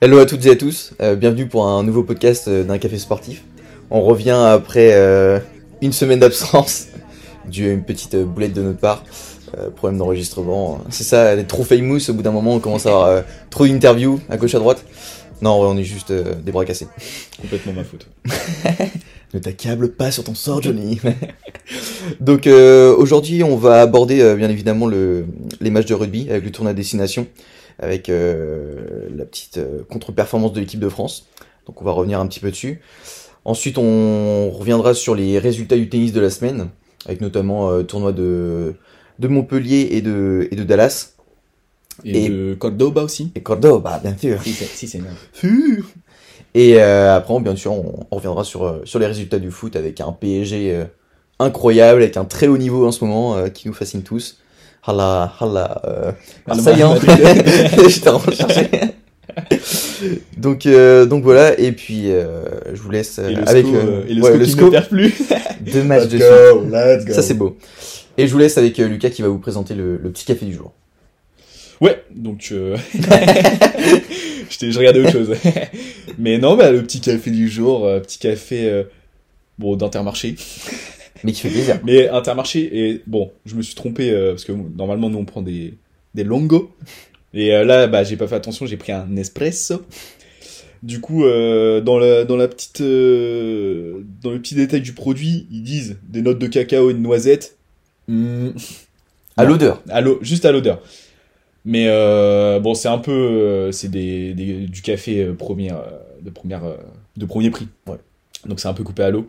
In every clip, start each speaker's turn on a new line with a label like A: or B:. A: Hello à toutes et à tous, euh, bienvenue pour un nouveau podcast euh, d'un café sportif. On revient après euh, une semaine d'absence, dû à une petite euh, boulette de notre part, euh, problème d'enregistrement. C'est ça, elle est trop famous, au bout d'un moment on commence à avoir euh, trop d'interviews à gauche à droite. Non, ouais, on est juste euh, des bras cassés.
B: Complètement ma faute.
A: Ne t'accable pas sur ton sort, Johnny. Donc euh, aujourd'hui, on va aborder euh, bien évidemment le, les matchs de rugby avec le tournoi à destination, avec euh, la petite euh, contre-performance de l'équipe de France. Donc on va revenir un petit peu dessus. Ensuite, on reviendra sur les résultats du tennis de la semaine, avec notamment euh, tournoi de, de Montpellier et de, et de Dallas.
B: Et,
A: Et-
B: de Cordoba aussi
A: Et Cordoba, bien sûr.
B: Si, c'est si, c'est bien.
A: Et euh, après, on- bien sûr, on, on reviendra sur, euh, sur les résultats du foot avec un PSG euh, incroyable, avec un très haut niveau en ce moment euh, qui nous fascine tous. Hala, hala, euh, Marseille, hein. J'étais en train de chercher. donc, euh, donc voilà, et puis euh, je vous laisse euh,
B: Et le
A: avec
B: SCO,
A: euh,
B: euh, et le
A: ouais,
B: SCO
A: le
B: qui
A: SCO,
B: ne perd plus.
A: deux matchs de suite.
B: go, let's
A: Ça c'est beau. Et je vous laisse avec euh, Lucas qui va vous présenter le, le petit café du jour.
B: Ouais, donc euh, je, t'ai- je regardais autre chose. Mais non, bah, le petit café du jour, euh, petit café euh, bon d'Intermarché.
A: Mais qui fait plaisir.
B: Mais Intermarché, et bon, je me suis trompé euh, parce que bon, normalement nous on prend des, des longos. Et euh, là, bah, j'ai pas fait attention, j'ai pris un espresso. Du coup, euh, dans, la, dans, la petite, euh, dans le petit détail du produit, ils disent des notes de cacao et de noisettes. Hmm,
A: À
B: Non.
A: l'odeur.
B: à l'eau- juste à l'odeur. Mais euh, bon, c'est un peu. euh, c'est des, des- du café euh, première, euh, de, première, euh, de premier prix.
A: Ouais.
B: Donc c'est un peu coupé à l'eau.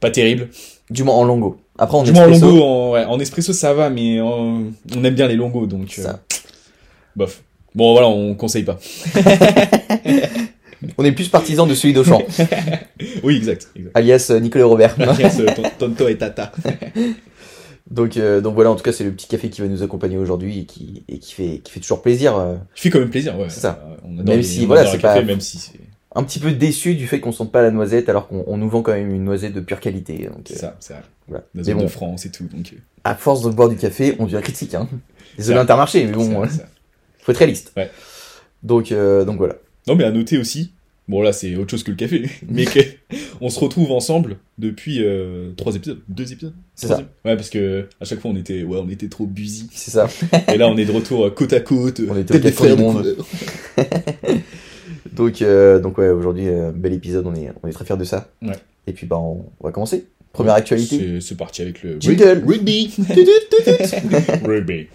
B: Pas terrible.
A: Du moins en longo. Après on
B: Du
A: est
B: moins en longo, en, ouais, en espresso ça va, mais en- on aime bien les longos donc. euh,
A: Ça.
B: bof. Bon voilà, on conseille pas.
A: On est plus partisans de celui d'Auchan,
B: Oui, exact. exact.
A: alias euh, Nicolas Robert.
B: Yes, euh, ton- Tonto et Tata.
A: Donc, euh, donc voilà, en tout cas, c'est le petit café qui va nous accompagner aujourd'hui et qui, et qui, fait, qui fait toujours plaisir. euh.
B: Je fais quand même plaisir, ouais.
A: C'est ça.
B: Euh, On adore
A: Même
B: les-
A: si,
B: on
A: voilà,
B: adore
A: c'est
B: le café,
A: pas-
B: Même si c'est
A: Un petit peu déçu du fait qu'on sente pas la noisette alors qu'on on nous vend quand même une noisette de pure qualité. Donc,
B: c'est
A: euh,
B: ça, c'est ça.
A: voilà.
B: La
A: Mais
B: zone
A: bon,
B: de France et tout. Donc, euh,
A: à force de boire du café, on devient critique. Hein. Désolé
B: Ça.
A: Intermarché, mais bon,
B: c'est-
A: euh,
B: c'est ça.
A: faut être réaliste.
B: Ouais.
A: Donc, euh, donc voilà.
B: Non, mais à noter aussi, bon là c'est autre chose que le café, mais que on se retrouve ensemble depuis euh, trois épisodes, deux épisodes.
A: C'est
B: trois
A: ça.
B: épisodes. Ouais, parce que à chaque fois on était, ouais, on était trop busy.
A: C'est ça.
B: et là on est de retour euh, côte à côte.
A: On
B: euh,
A: était au
B: tête des
A: carrefour du
B: frères de
A: monde.
B: couleur.
A: Donc, euh, donc ouais, aujourd'hui, euh, bel épisode, on est, on est très fiers de ça.
B: Ouais.
A: Et puis, bah, on, on va commencer. Première actualité.
B: C'est- C'est parti avec le
A: Jingle.
B: rugby. rugby.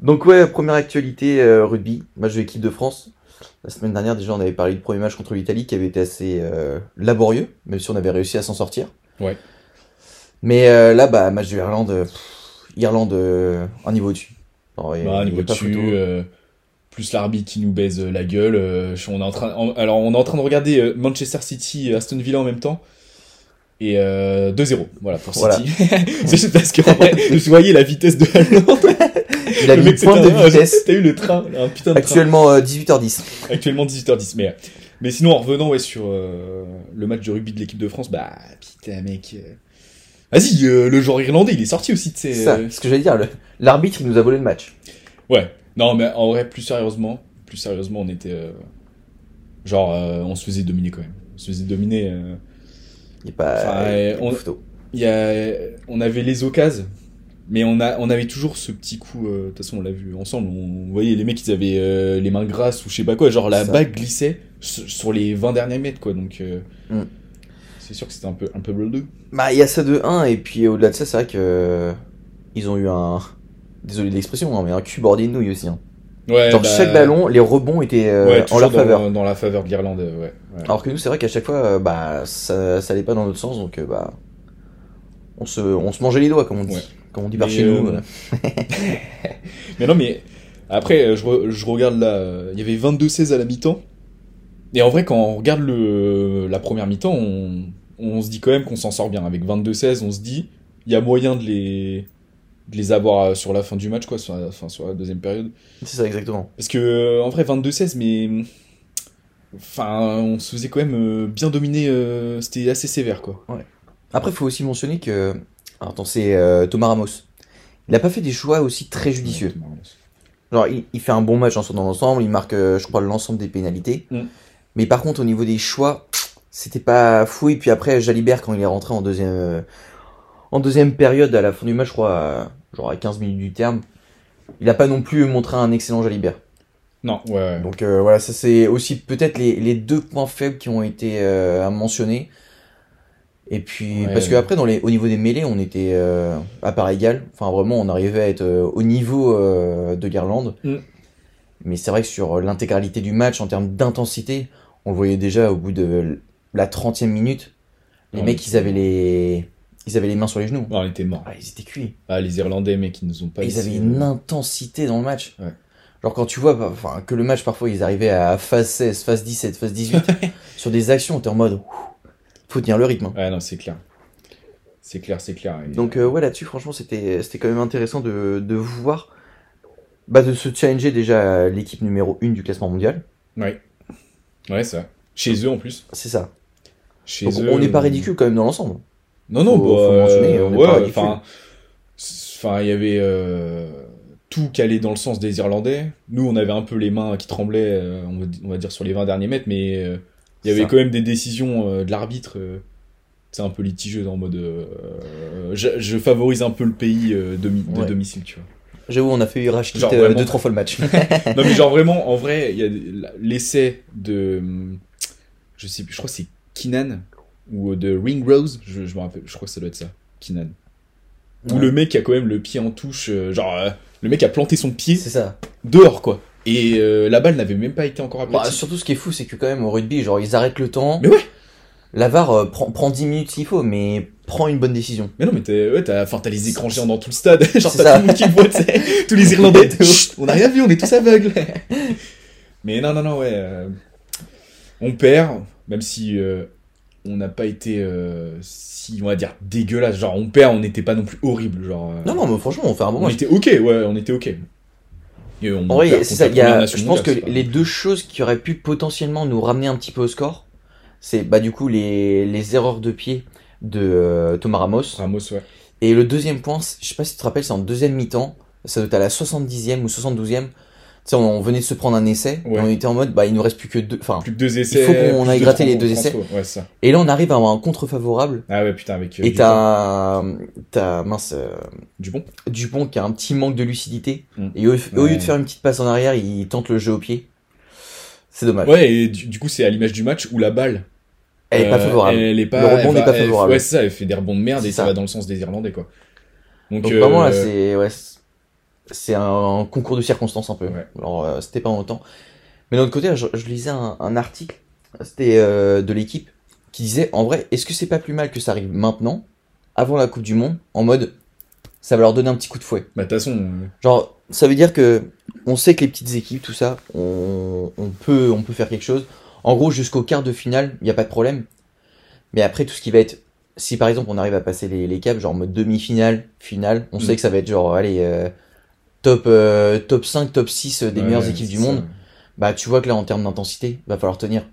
A: Donc ouais, première actualité, euh, rugby, match de l'équipe de France. La semaine dernière déjà on avait parlé du premier match contre l'Italie qui avait été assez euh, laborieux, même si on avait réussi à s'en sortir.
B: Ouais.
A: Mais euh, là, bah, match de l'Irlande, euh, pff, Irlande, euh, un niveau dessus. Non, y a-
B: Bah,
A: y a
B: niveau
A: pas
B: dessus,
A: photo.
B: euh, plus l'arbitre qui nous baise euh, la gueule. euh, je- on est en train, en- alors on est en train de regarder euh, Manchester City, et Aston Villa en même temps. Et euh, 2-0, voilà, pour City.
A: Voilà.
B: c'est juste parce que, en vrai, je voyais la vitesse de la Hollande.
A: Il a
B: euh, Le
A: mis
B: mec,
A: une pointe de
B: c'était un-
A: vitesse.
B: T'as eu le train, un putain de train.
A: Actuellement euh, 18h10.
B: Actuellement 18h10. Mais, mais sinon, en revenant ouais, sur euh, le match de rugby de l'équipe de France, bah putain, mec. euh, Vas-y, euh, le genre irlandais, il est sorti aussi, tu sais.
A: C'est ça,
B: euh,
A: ce que j'allais dire. le- L'arbitre, il nous a volé le match.
B: Ouais. Non, mais en vrai, plus sérieusement, plus sérieusement, on était euh, genre, euh, on se faisait dominer quand même. On se faisait dominer. euh.
A: Il n'y a pas
B: Enfin,
A: il y a
B: euh,
A: pas de
B: on-
A: photo.
B: Il y a, on avait les occasions, mais on a, on avait toujours ce petit coup. euh, De toute façon, on l'a vu ensemble. On, voyait les mecs, ils avaient euh, les mains grasses ou je sais pas quoi. Genre la
A: Ça.
B: bague glissait sur sur les 20 derniers mètres, quoi. Donc, euh,
A: Mm.
B: c'est sûr que c'était un peu, un peu bleu.
A: Bah, il y a ça de 1, et puis au-delà de ça, c'est vrai que. euh, Ils ont eu un. Désolé de l'expression, hein, mais un cul bordé de nouilles aussi. Hein.
B: Ouais.
A: Genre,
B: bah,
A: chaque ballon, les rebonds étaient euh,
B: ouais,
A: en
B: toujours
A: leur
B: dans,
A: faveur.
B: Dans la faveur de l'Irlande, euh, ouais. ouais.
A: Alors que nous, c'est vrai qu'à chaque fois, euh, bah, ça, ça allait pas dans notre sens, donc euh, bah. On se, on se mangeait les doigts, comme on dit.
B: Ouais.
A: Comme on dit par
B: Mais,
A: chez nous.
B: euh,
A: euh.
B: Mais non, mais après, euh, je, re- je regarde là, euh, il y avait 22-16 à la mi-temps. Et en vrai, quand on regarde le, la première mi-temps, on, on se dit quand même qu'on s'en sort bien. Avec 22-16, on se dit, il y a moyen de les, de les avoir euh, sur la fin du match, quoi, sur la, enfin, sur la deuxième période.
A: C'est ça, exactement.
B: Parce que, euh, en vrai, 22-16, mais. Enfin, on se faisait quand même euh, bien dominer, euh, c'était assez sévère, quoi.
A: Après, faut aussi mentionner que. alors, Attends, c'est euh, Thomas Ramos. Il a pas fait des choix aussi très judicieux. Genre, il, il fait un bon match en son dans l'ensemble, il marque, euh, je crois, l'ensemble des pénalités.
B: Mm.
A: Mais par contre, au niveau des choix, c'était pas fou. Et puis après, Jalibert, quand il est rentré en deuxième, euh, en deuxième période, à la fin du match, je crois, à- genre à 15 minutes du terme, il a pas non plus montré un excellent Jalibert.
B: Non, ouais, ouais.
A: Donc euh, voilà, ça c'est aussi peut-être les, les deux points faibles qui ont été euh, mentionnés. Et puis
B: Ouais.
A: parce que après dans les au niveau des mêlées, on était euh, à part égale. Enfin vraiment, on arrivait à être euh, au niveau euh, de l'Irlande.
B: Mm.
A: Mais c'est vrai que sur euh, l'intégralité du match en termes d'intensité, on le voyait déjà au bout de la 30e minute, les
B: Ouais.
A: mecs ils avaient les ils avaient les mains sur les genoux.
B: Non, on était morts.
A: Ah, ils étaient cuits.
B: Ah, les Irlandais, mec, ils nous ont pas euh,
A: Ils
B: laissé-
A: avaient une intensité dans le match.
B: Ouais.
A: Genre quand tu vois bah, enfin, que le match parfois ils arrivaient à phase 16, phase 17, phase 18 sur des actions, t'es en mode ouh, faut tenir le rythme. hein.
B: Ouais, non, c'est clair. C'est clair, c'est clair. Et-
A: Donc euh, ouais là-dessus franchement c'était c'était quand même intéressant de, de voir bah, de se challenger déjà à l'équipe numéro 1 du classement mondial.
B: Ouais, ça. Chez eux, en plus.
A: C'est ça.
B: Chez
A: Donc,
B: eux.
A: on n'est pas ridicule quand même dans l'ensemble.
B: Non, non,
A: Faut-
B: bah,
A: faut mentionner,
B: euh,
A: on est pas
B: ouais,
A: ridicule.
B: enfin, c'est- enfin, il y avait euh, tout calé dans le sens des Irlandais. Nous, on avait un peu les mains qui tremblaient, euh, on, va, on va dire sur les 20 derniers mètres, mais euh, il y
A: C'est
B: avait
A: ça.
B: quand même des décisions euh, de l'arbitre. euh, c'est un peu litigieux en mode, euh, je, je favorise un peu le pays euh, demi- de
A: Ouais.
B: domicile, tu vois.
A: J'avoue on a fait Rashid
B: Genre,
A: euh,
B: vraiment.
A: deux trois fois le match.
B: non, mais genre vraiment, en vrai, il y a des- l'essai de, hum, je sais, plus, je crois que c'est Keenan ou euh, de Ringrose, je, je me rappelle, je crois que ça doit être ça, Keenan. Où
A: Ouais.
B: le mec a quand même le pied en touche, euh, genre euh, le mec a planté son pied
A: C'est ça.
B: dehors quoi. Et euh, la balle n'avait même pas été encore
A: Bah,
B: aplatie.
A: surtout ce qui est fou c'est que quand même au rugby genre ils arrêtent le temps.
B: Mais ouais.
A: La VAR euh, prend, prend 10 minutes s'il faut mais prend une bonne décision.
B: mais non mais t'as ouais, t'as- enfin, t'as les écrans géants dans tout le stade, genre
A: C'est
B: t'as
A: ça.
B: tout le monde qui voit, tu sais, tous les Irlandais.
A: De ouf.
B: Chut, on n'a rien vu, on est tous aveugles. mais non non non ouais, euh, on perd, même si euh, on n'a pas été euh, si on va dire dégueulasse. Genre on perd, on n'était pas non plus horrible. Genre euh,
A: Non, non, mais franchement, on fait un bon
B: on
A: match.
B: était ok, ouais, on était ok. Et on
A: En vrai,
B: perd
A: c'est
B: contre
A: ça.
B: la
A: il Y
B: première
A: a,
B: nation
A: je pense que
B: mondiale, c'est pas-
A: les deux choses qui auraient pu potentiellement nous ramener un petit peu au score, c'est bah, du coup les, les erreurs de pied de euh, Thomas Ramos.
B: Ramos, ouais.
A: Et le deuxième point, c'est- je sais pas si tu te rappelles, c'est en deuxième mi-temps. Ça doit être à la 70e ou 72e. Tu sais, on, on venait de se prendre un essai.
B: Ouais.
A: Et on était en mode, bah, il nous reste plus que deux. Enfin,
B: Plus que deux essais.
A: Il faut qu'on
B: plus
A: aille
B: de
A: gratter les
B: trans-
A: deux essais.
B: transfo. Ouais, c'est ça.
A: et là, on arrive à avoir un contre-favorable.
B: Ah ouais, putain, avec. euh,
A: Et
B: Dupont.
A: t'as, t'as, mince, euh,
B: Dupont.
A: Dupont qui a un petit manque de lucidité.
B: Mm.
A: Et au, au
B: Ouais.
A: lieu de faire une petite passe en arrière, il tente le jeu au pied. C'est dommage.
B: Ouais, et du, du coup, c'est à l'image du match où la balle.
A: Elle est pas
B: euh,
A: favorable.
B: Elle est pas.
A: Le rebond
B: elle
A: n'est
B: va-
A: pas
B: elle-
A: favorable.
B: Ouais, c'est ça, elle fait des rebonds de merde
A: C'est
B: et ça.
A: ça.
B: va dans le sens des Irlandais, quoi. Donc,
A: Donc
B: euh,
A: vraiment là, c'est ouais, c'est- c'est un concours de circonstances un peu.
B: Ouais.
A: Alors euh, c'était pas autant. Mais d'un autre côté, je, je lisais un, un article, c'était euh, de l'équipe qui disait en vrai, est-ce que c'est pas plus mal que ça arrive maintenant, avant la Coupe du Monde, en mode ça va leur donner un petit coup de fouet.
B: Bah, de toute façon, euh,
A: Genre ça veut dire que on sait que les petites équipes, tout ça, on, on peut on peut faire quelque chose. En gros, jusqu'au quart de finale, il n'y a pas de problème. Mais après tout ce qui va être si par exemple on arrive à passer les, les caps, genre en mode demi-finale, finale, on
B: Mm.
A: sait que ça va être genre, allez, euh, top, euh, top 5, top 6 des
B: ouais,
A: meilleures équipes du
B: c'est
A: monde,
B: ça.
A: bah tu vois que là en termes d'intensité, va falloir tenir.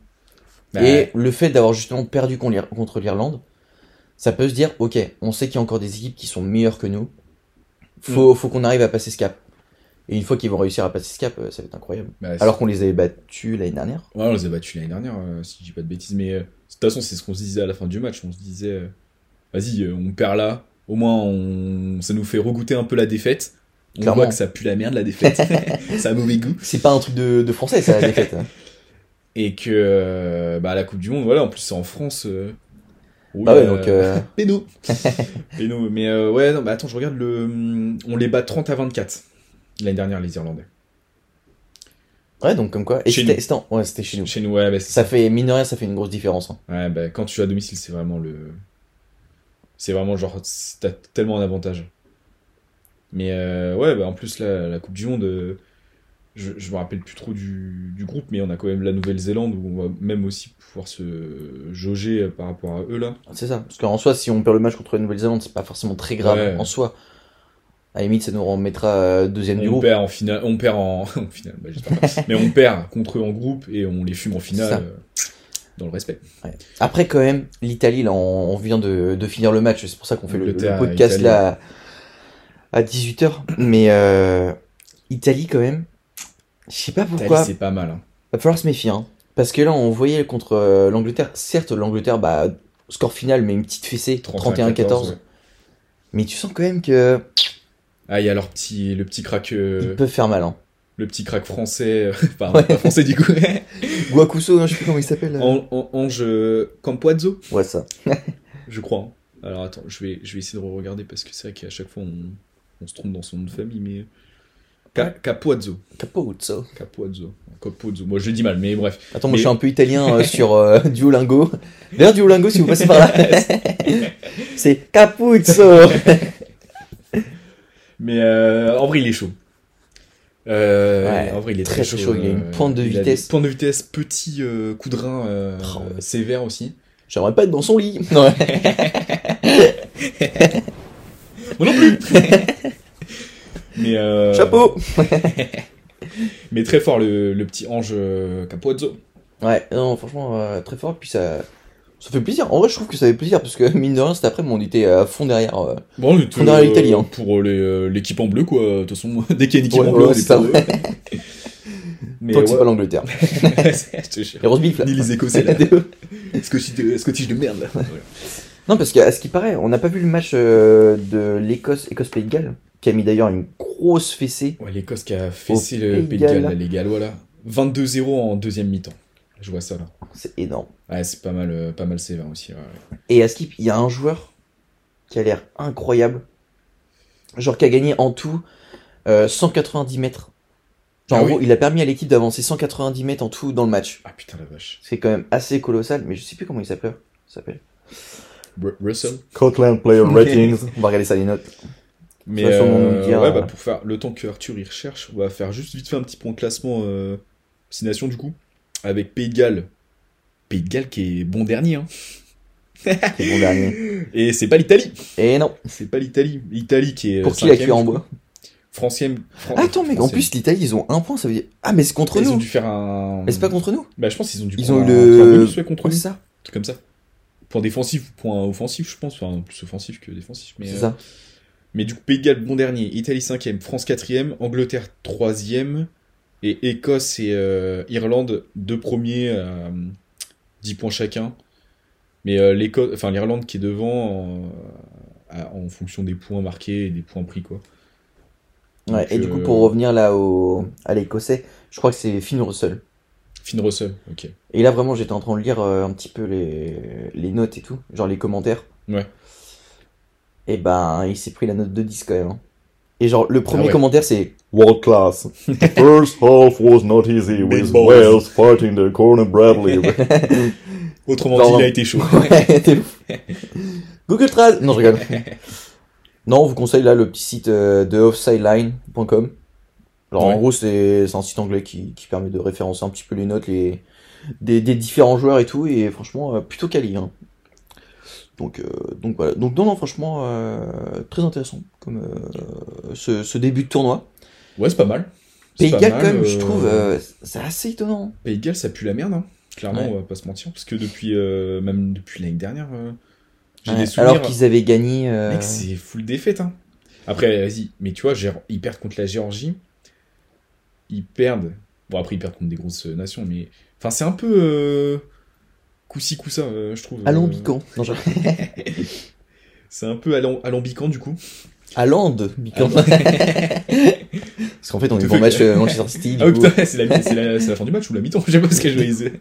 B: Bah,
A: Et le fait d'avoir justement perdu con l'Ir- contre l'Irlande, ça peut se dire, ok, on sait qu'il y a encore des équipes qui sont meilleures que nous,
B: Mm.
A: faut, faut qu'on arrive à passer ce cap. Et une fois qu'ils vont réussir à passer ce cap, euh, ça va être incroyable.
B: bah, c'est-
A: Alors qu'on les avait battus l'année dernière.
B: Ouais, on les a battus l'année dernière, euh, si je dis pas de bêtises. Mais euh, de toute façon, c'est ce qu'on se disait à la fin du match. On se disait, euh, vas-y, euh, on perd là. Au moins, on... ça nous fait regoûter un peu la défaite. On
A: Clairement.
B: voit que ça pue la merde, la défaite. ça a mauvais goût.
A: C'est pas un truc de, de français, ça, la défaite. hein.
B: Et que euh, bah, la Coupe du Monde, voilà, en plus c'est en France. Euh... oui,
A: Bah ouais,
B: euh,
A: donc, euh,
B: pédo. Pédo. Mais euh, ouais, non, bah attends, je regarde le. hum, On les bat 30 à 24 l'année dernière, les Irlandais.
A: ouais, donc comme quoi. Et
B: Chez
A: c'était
B: nous.
A: c'était en- ouais, c'était chez nous.
B: Chez nous, ouais, bah, c'est
A: Ça fait, mine de rien, ça fait une grosse différence. hein.
B: Ouais, bah, quand tu es à domicile, c'est vraiment le. C'est vraiment genre. c'est- T'as tellement un avantage. Mais euh, ouais, bah, en plus, là, la Coupe du Monde, euh, je, je me rappelle plus trop du, du groupe, mais on a quand même la Nouvelle-Zélande où on va même aussi pouvoir se jauger euh, par rapport à eux, là.
A: C'est ça. Parce qu'en soi, si on perd le match contre la Nouvelle-Zélande, c'est pas forcément très grave
B: Ouais.
A: en soi. À la limite, ça nous remettra euh, deuxième du
B: On
A: groupe.
B: perd en finale, on perd en, en finale, bah, j'espère pas. mais on perd contre eux en groupe et on les fume en
A: C'est ça.
B: finale euh, dans le respect.
A: Après, quand même, l'Italie, là, on, on vient de, de finir le match. C'est pour ça qu'on fait le, le
B: Angleterre,
A: podcast
B: Italie.
A: là à 18h. Mais euh, Italie quand même. Je sais pas pourquoi.
B: c'est pas mal. hein.
A: Va falloir se méfier. hein. Parce que là, on voyait contre euh, l'Angleterre. Certes, l'Angleterre, bah, score final, mais une petite fessée, 31-14.
B: ouais. Euh.
A: Mais tu sens quand même que
B: Ah, il y a leur petit, le petit crack, euh,
A: ils peuvent faire mal. Hein.
B: le petit crack français, euh, enfin, pas français du coup.
A: Guacuso, hein, je sais plus comment il s'appelle. euh.
B: An- an- Ange euh, Campoazzo,
A: Ouais, ça.
B: je crois. hein. Alors attends, je vais, je vais essayer de regarder parce que c'est vrai qu'à chaque fois on, on se trompe dans son nom de famille, mais. Ca- Capuazzo.
A: Capozzo.
B: Capuazzo. Capuazzo. Moi je le dis mal, mais bref.
A: Attends, moi
B: Mais-
A: je suis un peu italien euh, sur euh, Duolingo. D'ailleurs, Duolingo, si vous passez par là, c'est Capuzzo.
B: Mais euh, en vrai, il est chaud. Euh,
A: Ouais,
B: en vrai, il est
A: très,
B: très,
A: très chaud, il a une
B: euh,
A: pointe de
B: il a des
A: vitesse.
B: pointes de vitesse, petit euh, coup de rein euh,
A: Oh, ouais.
B: sévère aussi.
A: J'aimerais pas être dans son lit. Ouais.
B: Moi non plus Mais, euh,
A: Chapeau.
B: Mais très fort, le, le petit ange euh, Capuazzo.
A: Ouais, non, franchement, euh, très fort. Puis ça, ça fait plaisir. En vrai, je trouve que ça fait plaisir parce que mine de rien, cet après-midi, on était à fond derrière. euh,
B: Bon, on était,
A: On est à l'Italie, hein.
B: pour les, euh, l'équipe en bleu, quoi. De toute façon, dès qu'il y a une équipe
A: Ouais,
B: en bleu,
A: ouais,
B: on est
A: c'est
B: pour
A: ça.
B: eux. Mais
A: tant que c'est pas
B: ouais,
A: l'Angleterre.
B: je te jure.
A: Les rose beef, là.
B: Ni les Écossais, là.
A: Des-
B: Scottish de, Scottish de merde, là. Voilà.
A: Non, parce qu'à ce qui paraît, on n'a pas vu le match euh, de l'Écosse, Écosse-Pays de Galles, qui a mis d'ailleurs une grosse fessée.
B: Ouais, l'Écosse qui a fessé
A: Au
B: le
A: Pays
B: Pays
A: de
B: de
A: Galles.
B: Galles, là, les Gallois, là. 22-0 en deuxième mi-temps. Je vois ça, là.
A: C'est énorme.
B: Ouais, c'est pas mal, euh, pas mal sévère aussi. ouais, ouais.
A: Et à Skip, il y a un joueur qui a l'air incroyable. Genre qui a gagné en tout euh, 190 mètres. Genre
B: Ah
A: en gros,
B: oui.
A: il a permis à l'équipe d'avancer 190 mètres en tout dans le match.
B: Ah putain, la vache.
A: C'est quand même assez colossal, mais je sais plus comment il s'appelle. il s'appelle.
B: Ru- Russell
A: Coatland Player Ratings. On va regarder ça les notes.
B: Mais
A: Ça, sûrement,
B: euh,
A: nous dire,
B: ouais,
A: euh,
B: bah, pour faire le temps que Arthur y recherche, on va faire juste vite fait un petit point de classement euh, six nations du coup avec Pays de Galles. Pays de Galles qui est bon dernier hein.
A: C'est bon dernier.
B: Et c'est pas l'Italie.
A: Et non.
B: C'est pas l'Italie. L'Italie qui est euh,
A: Pour qui la
B: cinquième,
A: cuillère en
B: du coup.
A: bois
B: Francième. Fran-
A: Attends, mais en
B: Francième.
A: plus, l'Italie, ils ont un point, ça veut dire. Ah, mais c'est contre
B: ils ont
A: nous.
B: dû faire un.
A: Mais c'est pas contre nous.
B: Bah je pense qu'ils ont dû.
A: Ils
B: prendre
A: ont eu
B: un-
A: le-
B: un bonus, ouais, contre
A: C'est
B: nous.
A: ça.
B: Un truc comme ça. Point défensif, point offensif, je pense. Enfin, plus offensif que défensif. Mais
A: C'est
B: euh,
A: ça.
B: Mais du coup, Pays de Galles, bon dernier, Italie 5e, France 4e, Angleterre 3e, et Écosse et euh, Irlande, deux premiers, à 10 points chacun. Mais euh, l'Écosse- enfin, l'Irlande qui est devant euh, à- en fonction des points marqués et des points pris, quoi.
A: Ouais,
B: Donc,
A: et du coup,
B: euh,
A: pour revenir là au... à l'Écossais, je crois que c'est Finn Russell.
B: Finn Russell, ok.
A: Et là, vraiment, j'étais en train de lire euh, un petit peu les, les notes et tout, genre les commentaires.
B: Ouais.
A: Et ben, il s'est pris la note de 10 quand même. hein. Et genre, le premier
B: Ah ouais.
A: commentaire, c'est
C: World class. The first half was not easy
B: Big
C: with
B: balls.
C: Wales fighting the corner Bradley.
B: Autrement
A: Pardon.
B: dit, il a été chaud.
A: Ouais, t'es ouf. Google Trad. Non, je rigole. non, on vous conseille là le petit site euh, de offsideline.com. Alors, en
B: Ouais.
A: gros, c'est c'est un site anglais qui, qui permet de référencer un petit peu les notes les, des, des différents joueurs et tout. Et franchement, euh, plutôt quali. hein. Donc, euh, donc voilà. Donc, non, non, franchement, euh, très intéressant comme euh, ce, ce début de tournoi.
B: Ouais, c'est pas mal. C'est
A: Pays de
B: pas
A: Galles,
B: mal,
A: quand même, je
B: euh,
A: trouve, euh, c'est assez étonnant.
B: Pays de Galles, Bah, ça pue la merde, hein. Clairement,
A: Ouais.
B: on va pas se mentir, parce que depuis, euh, même depuis l'année dernière, euh, j'ai
A: Ouais,
B: des souvenirs.
A: Alors qu'ils avaient gagné. euh,
B: Mec, c'est full défaite. Hein. Après, vas-y, mais tu vois, Géor- ils perdent contre la Géorgie. Ils perdent. Bon, après, ils perdent contre des grosses euh, nations, mais. Enfin, c'est un peu. Euh... Coussi coussa, euh, je trouve.
A: Allons,
B: Euh,
A: Bican. Non, je-
B: C'est un peu allam- alambiquant, du coup.
A: À Lande, Bican. Parce qu'en fait, on est
B: Tout
A: bon
B: fait
A: match
B: que-
A: euh, Manchester City. du
B: Ah oui,
A: coup.
B: putain, c'est la, mi- c'est la- c'est la fin du match ou la mi-temps, je sais pas parce que je voyais.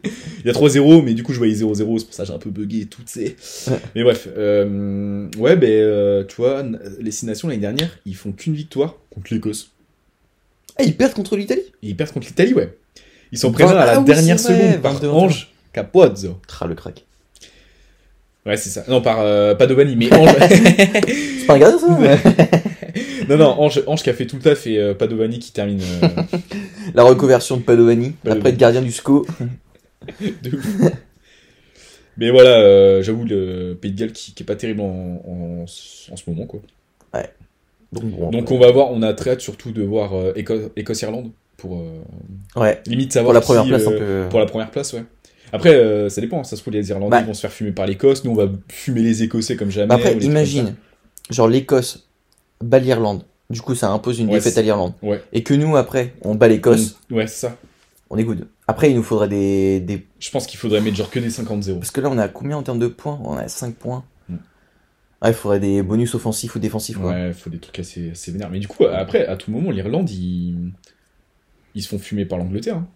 B: Il y a 3-0, mais du coup, je voyais 0-0, c'est pour ça que j'ai un peu bugué et tout, tu sais.
A: Ouais.
B: Mais bref, euh, ouais, ben, euh, tu vois, n- les Six Nations l'année dernière, ils font qu'une victoire contre l'Écosse.
A: Ah, ils perdent contre l'Italie
B: Et ils perdent contre l'Italie, ouais. Ils sont
A: Vingt-
B: présents à la
A: Ah oui,
B: dernière
A: c'est vrai,
B: seconde par
A: 22.
B: Ange Capozzo.
A: Tra le crack.
B: Ouais, c'est ça. Non, par euh, pas Padovani, mais Ange.
A: C'est pas un gardien, ça
B: non, non, Ange, Ange qui a fait tout le taf et euh, Padovani qui termine. euh,
A: La reconversion de Padovani,
B: Padovani.
A: après être gardien du SCO.
B: de ouf. Mais voilà, euh, j'avoue, le Pays de Galles qui, qui est pas terrible en, en, en ce moment, quoi.
A: Donc, bon,
B: Donc on va voir, on a très hâte surtout de voir euh, Éco- Écosse-Irlande pour euh,
A: ouais,
B: limite
A: pour
B: savoir
A: la première
B: qui,
A: place, hein,
B: euh,
A: un peu.
B: Pour la première place, ouais. Après, euh, ça dépend, ça se trouve, les Irlandais
A: Bah.
B: ils vont se faire fumer par l'Écosse, nous on va fumer les Écossais comme jamais.
A: Bah après,
B: ou les trucs comme ça.
A: imagine, genre l'Écosse bat l'Irlande, Du coup, ça impose une
B: Ouais,
A: défaite
B: c'est-
A: à l'Irlande.
B: ouais. Mm.
A: Et que nous, après, on bat l'Écosse,
B: Ouais, c'est ça.
A: on est good. Après, il nous faudrait des, des.
B: Je pense qu'il faudrait mettre genre que des 50-0.
A: Parce que là, on a combien en termes de points On a 5 points.
B: Mm.
A: Ah, il faudrait des bonus offensifs ou défensifs, quoi.
B: Ouais, faut des trucs assez, assez vénères. Mais du coup, après, à tout moment, l'Irlande, ils... ils se font fumer par l'Angleterre. hein.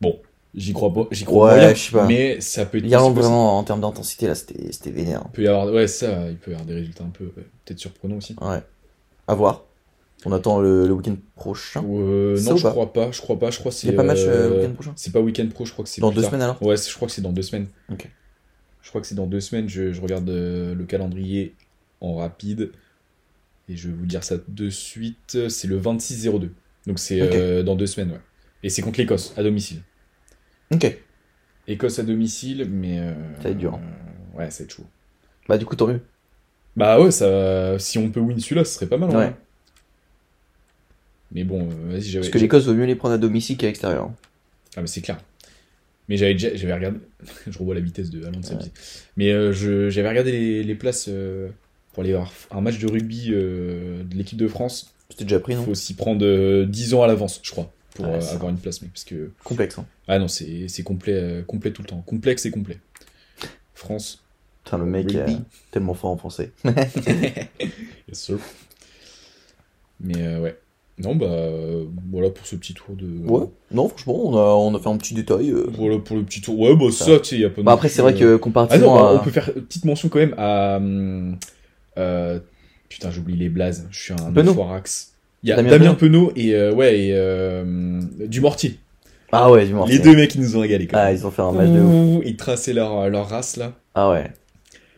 B: Bon, j'y crois pas. J'y crois
A: Ouais,
B: moyen,
A: je sais pas.
B: Mais ça peut être.
A: L'Irlande,
B: c'est possible.
A: vraiment, en termes d'intensité, là, c'était c'était vénère.
B: Il peut y avoir, ouais, ça, il peut y avoir des résultats un peu, ouais, peut-être surprenants aussi.
A: Ouais. À voir. On attend le, le week-end prochain.
B: Ou, euh,
A: Ça
B: non,
A: ou
B: je
A: pas
B: crois pas. Je crois pas. Je crois que c'est.
A: Hein Il n'y a pas match euh,
B: euh,
A: le week-end prochain
B: C'est pas week-end pro. Je crois que c'est
A: Dans
B: plus
A: deux
B: tard.
A: semaines alors
B: Ouais, c'est- je crois que c'est dans deux semaines.
A: Ok.
B: Je crois que c'est dans deux semaines. Je, je regarde euh, le calendrier en rapide et je vais vous dire ça de suite. C'est le 26-02. Donc c'est
A: Ok.
B: euh, dans deux semaines, ouais. Et c'est contre l'Écosse à domicile.
A: Ok.
B: Écosse à domicile, mais. euh,
A: Ça va être dur, hein.
B: euh, ouais, ça va être chaud.
A: Bah, du coup, tant mieux.
B: Bah ouais, ça, si on peut win celui-là, ce serait pas mal. en
A: Ouais.
B: vrai. Mais bon, euh, vas-y, j'avais.
A: Parce que l'Écosse vaut mieux les prendre à domicile qu'à l'extérieur. hein.
B: Ah mais c'est clair. Mais j'avais déjà, j'avais regardé, je revois la vitesse de Haaland, c'est abusé. Mais euh, je, j'avais regardé les, les places euh, pour aller voir un match de rugby euh, de l'équipe de France.
A: C'était déjà pris,
B: Il
A: non
B: faut s'y prendre euh, 10 ans à l'avance, je crois, pour
A: Ouais,
B: euh,
A: ça.
B: avoir une place. Mais parce que
A: Complexe. Hein.
B: ah non, c'est, c'est complet, euh, complet tout le temps, complexe et complet. France.
A: Putain, le mec,
B: Rugby.
A: euh, tellement fort en français.
B: Yes, sir. Mais euh, ouais. Non bah euh, voilà pour ce petit tour de.
A: Ouais. Non, franchement, on a, on a fait un petit détail. euh.
B: Voilà pour le petit tour. Ouais bah ça, tu sais, il y a pas.
A: Bah,
B: non
A: après,
B: plus,
A: c'est vrai
B: euh,
A: que
B: Ah non,
A: comparativement
B: bah,
A: à-
B: on peut faire une petite mention quand même à. hum, euh, putain, j'oublie les blazes. Je suis un
A: Penaud.
B: foirax. Il y a
A: Damien
B: Damien, Penaud et, euh, ouais, et euh, Dumortier.
A: Ah ouais, du moins.
B: Les deux mecs qui nous ont régalé. Quand
A: Ah,
B: même.
A: ils ont fait un match de ouf.
B: Ouh, Ils traçaient leur, euh, leur race là.
A: Ah ouais.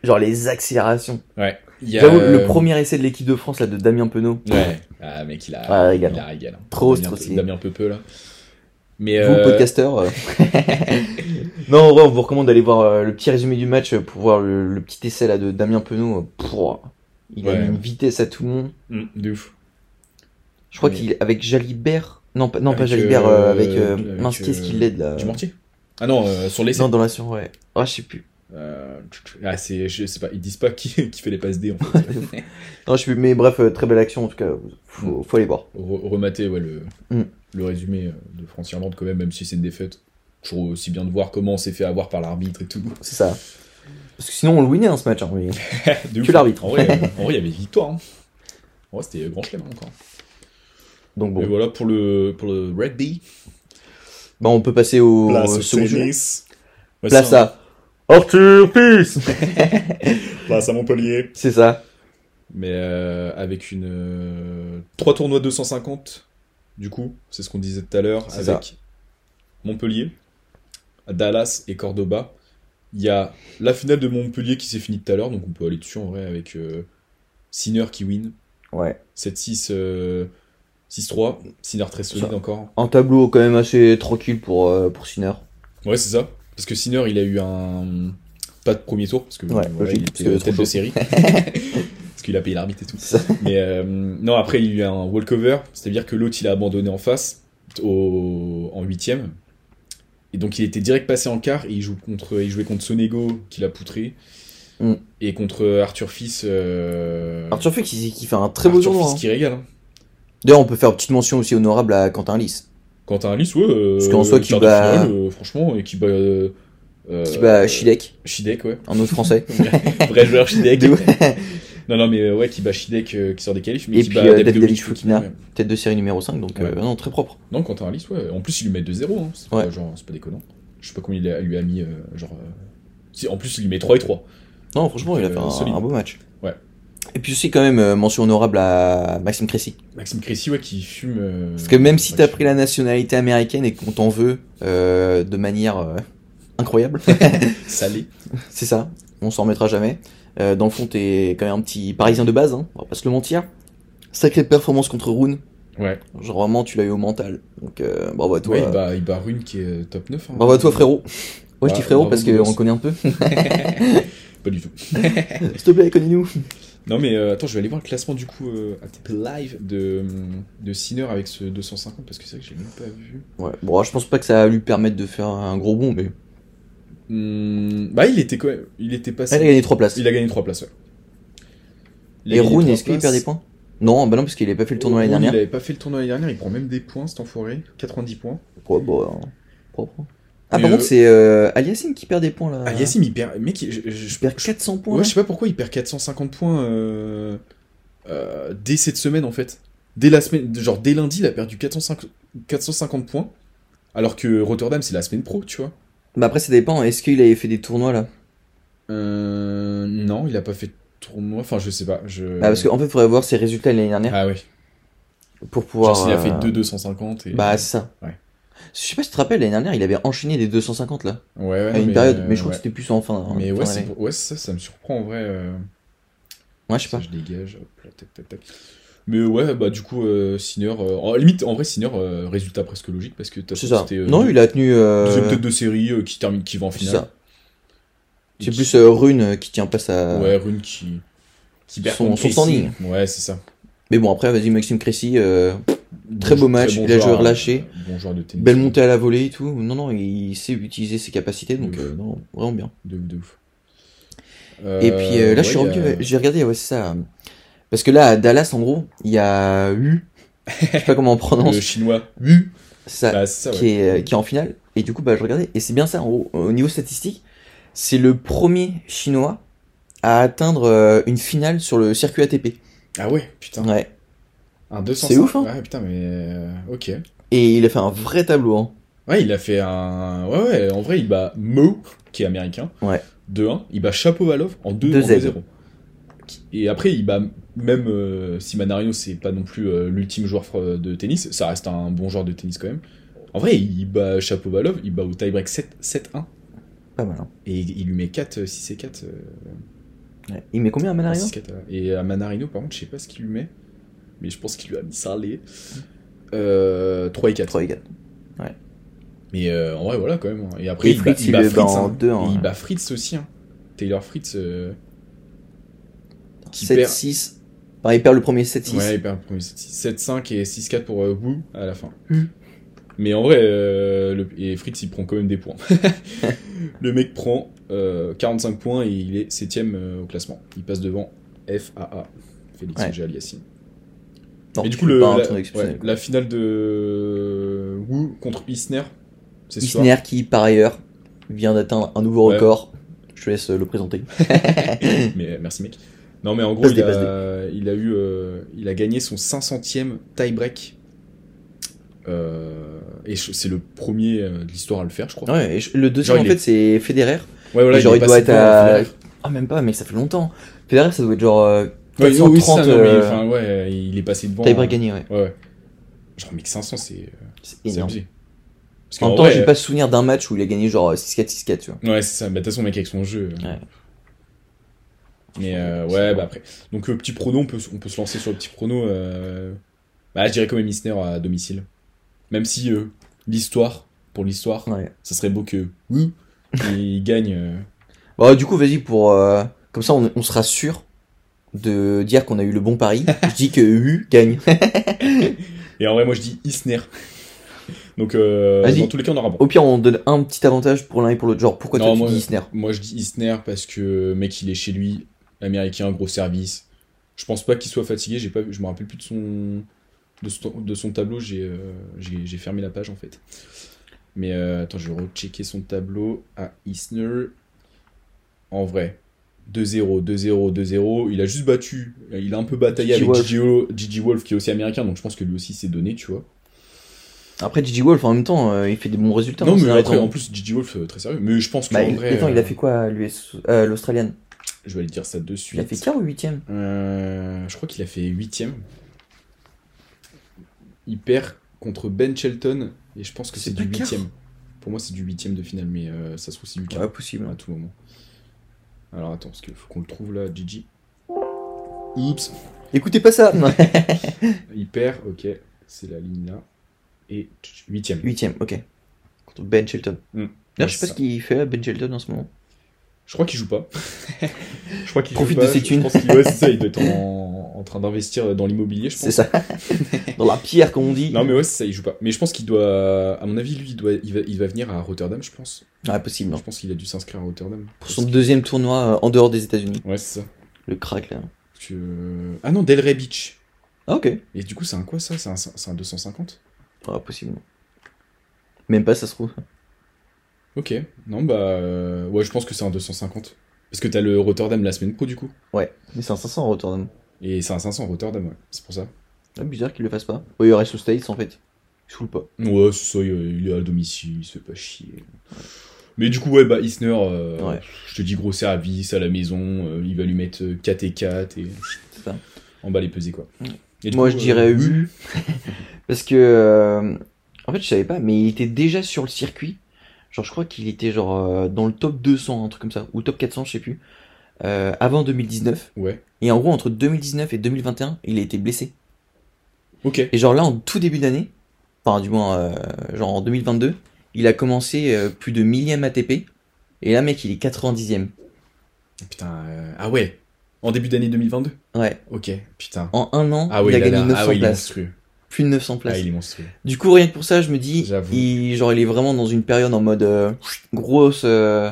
A: Genre les accélérations.
B: Ouais. Il y a,
A: J'avoue,
B: euh,
A: le premier essai de l'équipe de France, là, de Damien Penaud.
B: Ouais. Ah, mec, il a.
A: Ah,
B: il
A: regarde.
B: a régalé. hein.
A: Trop,
B: Damien,
A: trop
B: Pe-
A: stylé.
B: Damien Pepeux là. Mais.
A: Vous,
B: euh,
A: podcasteur. euh. non, en vrai, on vous recommande d'aller voir euh, le petit résumé du match euh, pour voir le, le petit essai là de Damien Penaud. euh, pouah. il a
B: Ouais.
A: mis une vitesse à tout le monde.
B: hum, de ouf.
A: Je crois
B: Oui.
A: qu'il avec Jalibert. Non, pas, non, pas
B: Avec,
A: Jalibert,
B: euh,
A: euh, avec, euh,
B: avec,
A: mince, qu'est-ce
B: euh,
A: qu'il l'aide là
B: Dumortier Ah non, euh, sur l'essai.
A: Non, dans l'action, ouais. Ah, je sais plus.
B: Euh, ah, c'est, je sais pas, ils disent pas qui, qui fait les passes D en fait.
A: Non, je sais plus. Mais bref, euh, très belle action en tout cas.
B: Mm.
A: Faut, faut aller voir.
B: Re- remater ouais, le,
A: Mm.
B: le résumé euh, de France-Irlande quand même, même si c'est une défaite. Toujours aussi bien de voir comment on s'est fait avoir par l'arbitre et tout.
A: C'est ça. Parce que sinon, on le winait hein, ce match. hein, mais-
B: De
A: Que l'arbitre.
B: En vrai, euh, en vrai, il y avait victoire. hein. En vrai, c'était euh, grand chelem hein, encore.
A: Donc
B: Et
A: bon.
B: voilà pour le, pour le rugby.
A: Bah, on peut passer au au euh, second jeu.
B: Ouais,
A: Place
B: ça, hein.
A: A.
C: Arthur Fils
B: Place à Montpellier.
A: C'est ça.
B: Mais euh, avec une. euh, trois tournois 250, du coup, c'est ce qu'on disait tout à l'heure,
A: C'est
B: avec
A: ça.
B: Montpellier, Dallas et Cordoba. Il y a la finale de Montpellier qui s'est finie tout à l'heure, donc on peut aller dessus en vrai avec euh, Sinner qui win.
A: Ouais.
B: 7-6, euh, 6-3. Sinner très solide
A: Ça.
B: encore.
A: Un tableau quand même assez tranquille pour, euh, pour Sinner.
B: Ouais, c'est ça. Parce que Sinner, il a eu un. Pas de premier tour, parce que
A: Ouais,
B: voilà,
A: logique,
B: il
A: parce
B: était euh,
A: que trop
B: tête
A: chaud.
B: de série. parce qu'il a payé l'arbitre et tout.
A: C'est ça.
B: Mais euh, non, après, il y a eu un walkover, c'est-à-dire que l'autre, il a abandonné en face, au, en huitième. Et donc, il était direct passé en quart, et il, joue contre, il jouait contre Sonego, qui l'a poutré,
A: Mm.
B: et contre Arthur Fils. euh,
A: Arthur Fix, il- qui fait un très beau
B: Arthur
A: tournoi.
B: Fils
A: hein.
B: qui régale. Hein.
A: D'ailleurs, on peut faire une petite mention aussi honorable à Quentin Lys.
B: Quand t'as un lice, ouais. euh,
A: Parce qu'en soi, qui
B: quart de
A: bat-
B: finale, euh, franchement, et qui bat. euh,
A: Qui
B: euh,
A: bat Shidek,
B: Shidek, ouais.
A: un autre français.
B: Vrai joueur Shidek.
A: De ouf.
B: non, non, mais euh, ouais, qui bat Shidek, euh, qui sort des qualifs. Mais
A: Et
B: qui
A: puis,
B: bat
A: euh,
B: David
A: David
B: Davidovich
A: Fukina.
B: ouais.
A: Tête de série numéro 5, donc euh,
B: Ouais.
A: non, très propre.
B: Non, quand t'as un liste, ouais. En plus, ils lui mettent 2-0. Hein. C'est
A: Ouais.
B: pas, genre, c'est pas déconnant. Je sais pas combien il a- lui a mis. euh, genre, euh, si, en plus, il lui met 3 et 3.
A: Non, franchement, il a
B: Euh,
A: fait un,
B: solide.
A: un beau match.
B: Ouais.
A: Et puis aussi, quand même, euh, mention honorable à Maxime Cressy.
B: Maxime Cressy, ouais, qui fume. euh,
A: Parce que même si
B: ouais,
A: t'as
B: qui-
A: pris la nationalité américaine et qu'on t'en veut euh, de manière euh, incroyable,
B: Salé.
A: c'est ça, on s'en remettra jamais. Euh, dans le fond, t'es quand même un petit parisien de base, hein, on va pas se le mentir. Sacrée performance contre Rune.
B: Ouais. bah.
A: Genre vraiment, tu l'as eu au mental. Donc euh, bravo à toi.
B: Ouais, il bat, il bat Rune qui est euh, top 9. hein.
A: Bravo à toi frérot. Ouais, je
B: Bah,
A: dis frérot
B: bravo,
A: parce
B: Goulos.
A: qu'on connaît un peu.
B: Pas du tout.
A: S'il te plaît, connais-nous.
B: Non, mais euh, attends, je vais aller voir le classement du coup euh, ATP Live de, hum, de Sinner avec ce 250 parce que c'est vrai que j'ai même pas vu.
A: Ouais, bon, je pense pas que ça va lui permettre de faire un gros bond, mais.
B: Hmm, bah, il était quand même. Il était passé.
A: Elle a gagné 3 places.
B: Il a gagné 3 places, ouais. Il a
A: Et
B: gagné
A: Rune,
B: trois
A: est-ce qu'il
B: places.
A: perd des points Non, bah non, parce qu'il avait pas fait le tournoi l'année
B: Au moins,
A: dernière.
B: Il avait pas fait le tournoi l'année dernière, il prend même des points cet enfoiré, 90 points.
A: Ouais, bah, hein. Propre. Ah,
B: Mais,
A: par
B: euh,
A: contre, c'est euh, Aliassime qui perd des points là.
B: Ah Yassim il perd mec, il- je, je- je-
A: Il perd 400 points.
B: Ouais,
A: là.
B: je sais pas pourquoi il perd 450 points euh, euh, dès cette semaine en fait. Dès la semaine genre dès lundi, il a perdu 450 450 points alors que Rotterdam c'est la semaine pro, tu vois.
A: Bah après, ça dépend. Est-ce qu'il avait fait des tournois là
B: Euh, non, il a pas fait de tournoi, enfin je sais pas, je
A: Bah parce qu'en fait, il faudrait voir ses résultats l'année dernière
B: Ah ouais.
A: pour pouvoir.
B: Genre s'il a
A: euh,
B: fait 2 250 et
A: Bah c'est ça.
B: Ouais.
A: Je sais pas si tu te rappelles, l'année dernière, il avait enchaîné des 250 là.
B: ouais, ouais,
A: à
B: non,
A: une
B: mais,
A: période,
B: euh,
A: mais je crois
B: ouais.
A: que c'était plus en fin. en
B: Mais
A: fin
B: ouais,
A: d'année.
B: c'est pour- ouais, ça, ça me surprend en vrai. euh,
A: Ouais, je sais
B: ça,
A: pas.
B: je dégage. Hop, là, tac, tac, tac. Mais ouais, bah du coup, euh, Sinner. euh, en limite, en vrai, Sinner, euh, résultat presque logique parce que de toute
A: C'est
B: façon,
A: ça.
B: c'était, euh,
A: non, il a tenu. euh,
B: deuxième tête de série euh, qui termine, qui va en
A: C'est
B: finale.
A: ça.
B: Et
A: C'est
B: qui-
A: plus euh, Rune euh, qui tient pas sa.
B: Ouais, Rune qui. Qui perd
A: son-
B: contre
A: son
B: Casey.
A: standing.
B: Ouais, c'est ça.
A: Mais bon, après, vas-y, Maxime Cressy, euh, Très
B: jou-
A: beau match, il a joué
B: joueur,
A: relâché.
B: euh, Bon joueur de tennis.
A: belle montée à la volée et tout. Non, non, il sait utiliser ses capacités, donc
B: Oui.
A: euh, non, vraiment bien.
B: De, de ouf.
A: Et puis euh, là, je suis
B: revenu
A: revenu, j'ai regardé, ouais, c'est ça. Parce que là, à Dallas, en gros, il y a eu, je sais pas comment on prononce,
B: Le chinois. Wu.
A: ça,
B: Bah, c'est ça, ouais.
A: qui, est, euh, qui est en finale. Et du coup, bah, je regardais, et c'est bien ça, en gros, au niveau statistique, c'est le premier chinois à atteindre euh, une finale sur le circuit ATP.
B: Ah ouais, putain.
A: Ouais.
B: Un 200.
A: C'est ouf, hein.
B: Ouais, putain, mais. euh, ok.
A: Et il a fait un vrai tableau, hein.
B: Ouais, il a fait un. Ouais, ouais, en vrai, il bat Mo, qui est américain,
A: Ouais.
B: 2-1. Il bat Chapovalov en 2 en
A: 2-0.
B: 2-0. Et après, il bat même euh, si Manarino, c'est pas non plus euh, l'ultime joueur fr- de tennis, ça reste un bon joueur de tennis quand même. En vrai, il bat Chapovalov, il bat au tie-break 7 7-1.
A: Pas mal, hein.
B: Et il, il lui met 4, 6 et 4. euh,
A: Ouais. Il met combien hein à Manarino
B: 6, 4 et à Manarino, par contre, je sais pas ce qu'il lui met, mais je pense qu'il lui a mis salé. Euh, 3 et 4.
A: 3 et 4.
B: Mais euh, en vrai, voilà quand même. hein. Et après,
A: Et
B: il,
A: Fritz,
B: bat,
A: il
B: bat
A: le bat
B: Fritz,
A: en
B: hein.
A: deux, hein,
B: Et il
A: ouais.
B: bat Fritz aussi. Hein. Taylor Fritz. euh, qui perd.
A: 7-6. Enfin, il perd le premier 7-6.
B: Ouais, il perd le premier 7-5 et 6-4 pour euh, Wu à la fin.
A: Hmm.
B: Mais en vrai, euh, le- et Fritz, il prend quand même des points. le mec prend euh, 45 points et il est 7 au classement. Il passe devant FAA, Félix
A: Ouais.
B: Auger Aliassime.
A: Non,
B: Et du
A: tu
B: coup,
A: fais
B: le,
A: pas un
B: la,
A: tournoi exceptionnel,
B: ouais,
A: quoi.
B: la finale de Wu contre Isner, c'est ce soir.
A: Isner qui, par ailleurs, vient d'atteindre un nouveau
B: Ouais.
A: record. Je te laisse euh, le présenter.
B: mais euh, merci mec. Non mais en gros
A: Passe
B: il
A: des, passe
B: a, il a eu euh, il a gagné son 500e tie break. Euh, et je- c'est le premier euh, de l'histoire à le faire je crois.
A: Ouais, et je- le deuxième,
B: Genre,
A: en
B: il
A: fait, c'est
B: est-
A: Federer.
B: Ouais, voilà,
A: Et genre,
B: est
A: il doit
B: passé
A: être
B: devant
A: à-
B: Federer.
A: Ah, même pas, mec, ça fait longtemps. Federer, ça doit être genre euh,
B: Ouais, oui, oui, c'est
A: 430
B: ça, non, mais,
A: euh,
B: enfin, ouais, il est passé devant.
A: tie-break gagné, ouais.
B: Ouais, ouais. Genre 1500 c'est
A: C'est
B: c'est
A: énorme.
B: abusé. Parce
A: En
B: qu'en
A: même temps,
B: vrai,
A: j'ai pas souvenir d'un match où il a gagné genre euh, 6-4, 6-4, tu vois.
B: Ouais, c'est ça. Bah, de toute façon, mec, avec son jeu. euh.
A: Ouais.
B: Mais euh,
A: C'est
B: ouais,
A: bon.
B: bah après. Donc, euh, petit prono, on peut, se- on peut se lancer sur le petit prono. euh, Bah, je dirais quand même Isner à domicile. Même si euh, l'histoire, pour l'histoire,
A: Ouais.
B: ça serait beau que. Oui. Il gagne. euh,
A: Bon, Bah, du coup, vas-y, pour. euh, Comme ça, on, on sera sûr de dire qu'on a eu le bon pari. Je dis que U gagne.
B: Et en vrai, moi, je dis Isner. Donc, euh,
A: Vas-y.
B: dans tous les cas, on aura bon.
A: Au pire, on donne un petit avantage pour l'un et pour l'autre. Genre, pourquoi
B: Non,
A: toi, tu
B: moi-
A: dis Isner
B: Moi, je dis Isner parce que, mec, il est chez lui, américain, gros service. Je pense pas qu'il soit fatigué. J'ai pas, vu- je me rappelle plus de son, de son, de son tableau. J'ai, euh, j'ai, j'ai fermé la page en fait. Mais euh, attends, je vais rechecker son tableau à Isner. En vrai, 2-0, 2-0, 2-0. Il a juste battu. Il a un peu bataillé
A: Gigi
B: avec
A: Wolff.
B: Gigi Wolff- Gigi Wolf qui est aussi américain. Donc je pense que lui aussi s'est donné, tu vois.
A: Après, Gigi Wolf, en même temps, euh, il fait des bons résultats.
B: non,
A: hein,
B: mais
A: ces
B: après,
A: derniers
B: en
A: temps.
B: plus, Gigi Wolf, euh, très sérieux. Mais je pense que
A: Bah,
B: en
A: il-
B: vrai,
A: attends, il
B: euh,
A: a fait quoi à l'US, euh, l'Australienne
B: je vais aller dire ça de suite.
A: Il a fait quart ou huitième
B: Euh, je crois qu'il a fait huitième. Il perd contre Ben Shelton et je pense que
A: C'est
B: c'est du
A: pas quart.
B: huitième. Pour moi, c'est du huitième de finale, mais euh, ça se trouve c'est du quart
A: Ouais, possible.
B: à tout moment. Alors attends, parce qu'il faut qu'on le trouve là, Gigi. Oups,
A: Écoutez pas ça non.
B: il perd. Ok, c'est la ligne là et tch, huitième.
A: Huitième, ok. Contre Ben Shelton.
B: Hmm.
A: D'ailleurs,
B: Ouais,
A: je sais pas ce
B: c'est
A: qu'il fait à Ben Shelton en ce moment.
B: Je crois qu'il joue pas. je crois qu'il joue
A: Profite
B: pas.
A: de ses
B: Je- je
A: thunes.
B: pense qu'il- ouais, c'est ça. Il doit être en, en train d'investir dans l'immobilier, je pense.
A: C'est ça. Dans la pierre, comme on dit.
B: Non mais ouais, c'est ça, il joue pas. Mais je pense qu'il doit, à mon avis, lui, il, doit, il, va, il va venir à Rotterdam, je pense.
A: Ouais, possible.
B: Je pense qu'il a dû s'inscrire à Rotterdam.
A: Pour son deuxième tournoi euh, en dehors des États-Unis.
B: Ouais, c'est ça.
A: Le crack, là.
B: Parce que- Ah non, Delray Beach.
A: Ah, ok.
B: Et du coup, c'est un quoi ça C'est un, c'est un 250
A: Ah, possiblement. Même pas, ça se trouve.
B: Ok. Non, bah. euh, Ouais, je pense que c'est un 250. Parce que t'as le Rotterdam la semaine pro, du coup.
A: Ouais. Mais c'est un 500 en Rotterdam.
B: Et c'est un 500 Rotterdam, ouais. C'est pour ça.
A: Ah, bizarre qu'il le fasse pas. Ouais, il reste aux States en fait. Je trouve pas.
B: Ouais, c'est ça, il il est à domicile, il se fait pas chier. Mais du coup, ouais, bah, Isner, euh,
A: Ouais.
B: je te dis gros service à la maison, euh, il va lui mettre euh, 4 et 4 et
A: C'est ça.
B: en bas les pesées, quoi. Et du
A: Moi,
B: coup,
A: je
B: euh,
A: dirais U. Parce que. euh, en fait, je savais pas, mais il était déjà sur le circuit. Genre, je crois qu'il était genre euh, dans le top 200, un truc comme ça. Ou top 400, je sais plus. euh, avant 2019.
B: Ouais.
A: Et en gros, entre 2019 et 2021, il a été blessé.
B: Ok.
A: Et genre là, en tout début d'année, enfin du moins, euh, genre en 2022, il a commencé euh, plus de 1000ème ATP. Et là, mec, il est 90ème.
B: Putain. euh, Ah ouais. En début d'année 2022
A: Ouais.
B: Ok, putain.
A: En un an,
B: Ah ouais,
A: il a
B: il a
A: gagné
B: l'air-
A: 900
B: ah ouais, il est
A: places.
B: monstrueux.
A: Plus de 900 places.
B: Ah, il est monstrueux.
A: Du coup, rien que pour ça, je me dis,
B: J'avoue.
A: il, genre, il est vraiment dans une période en mode euh, grosse, euh,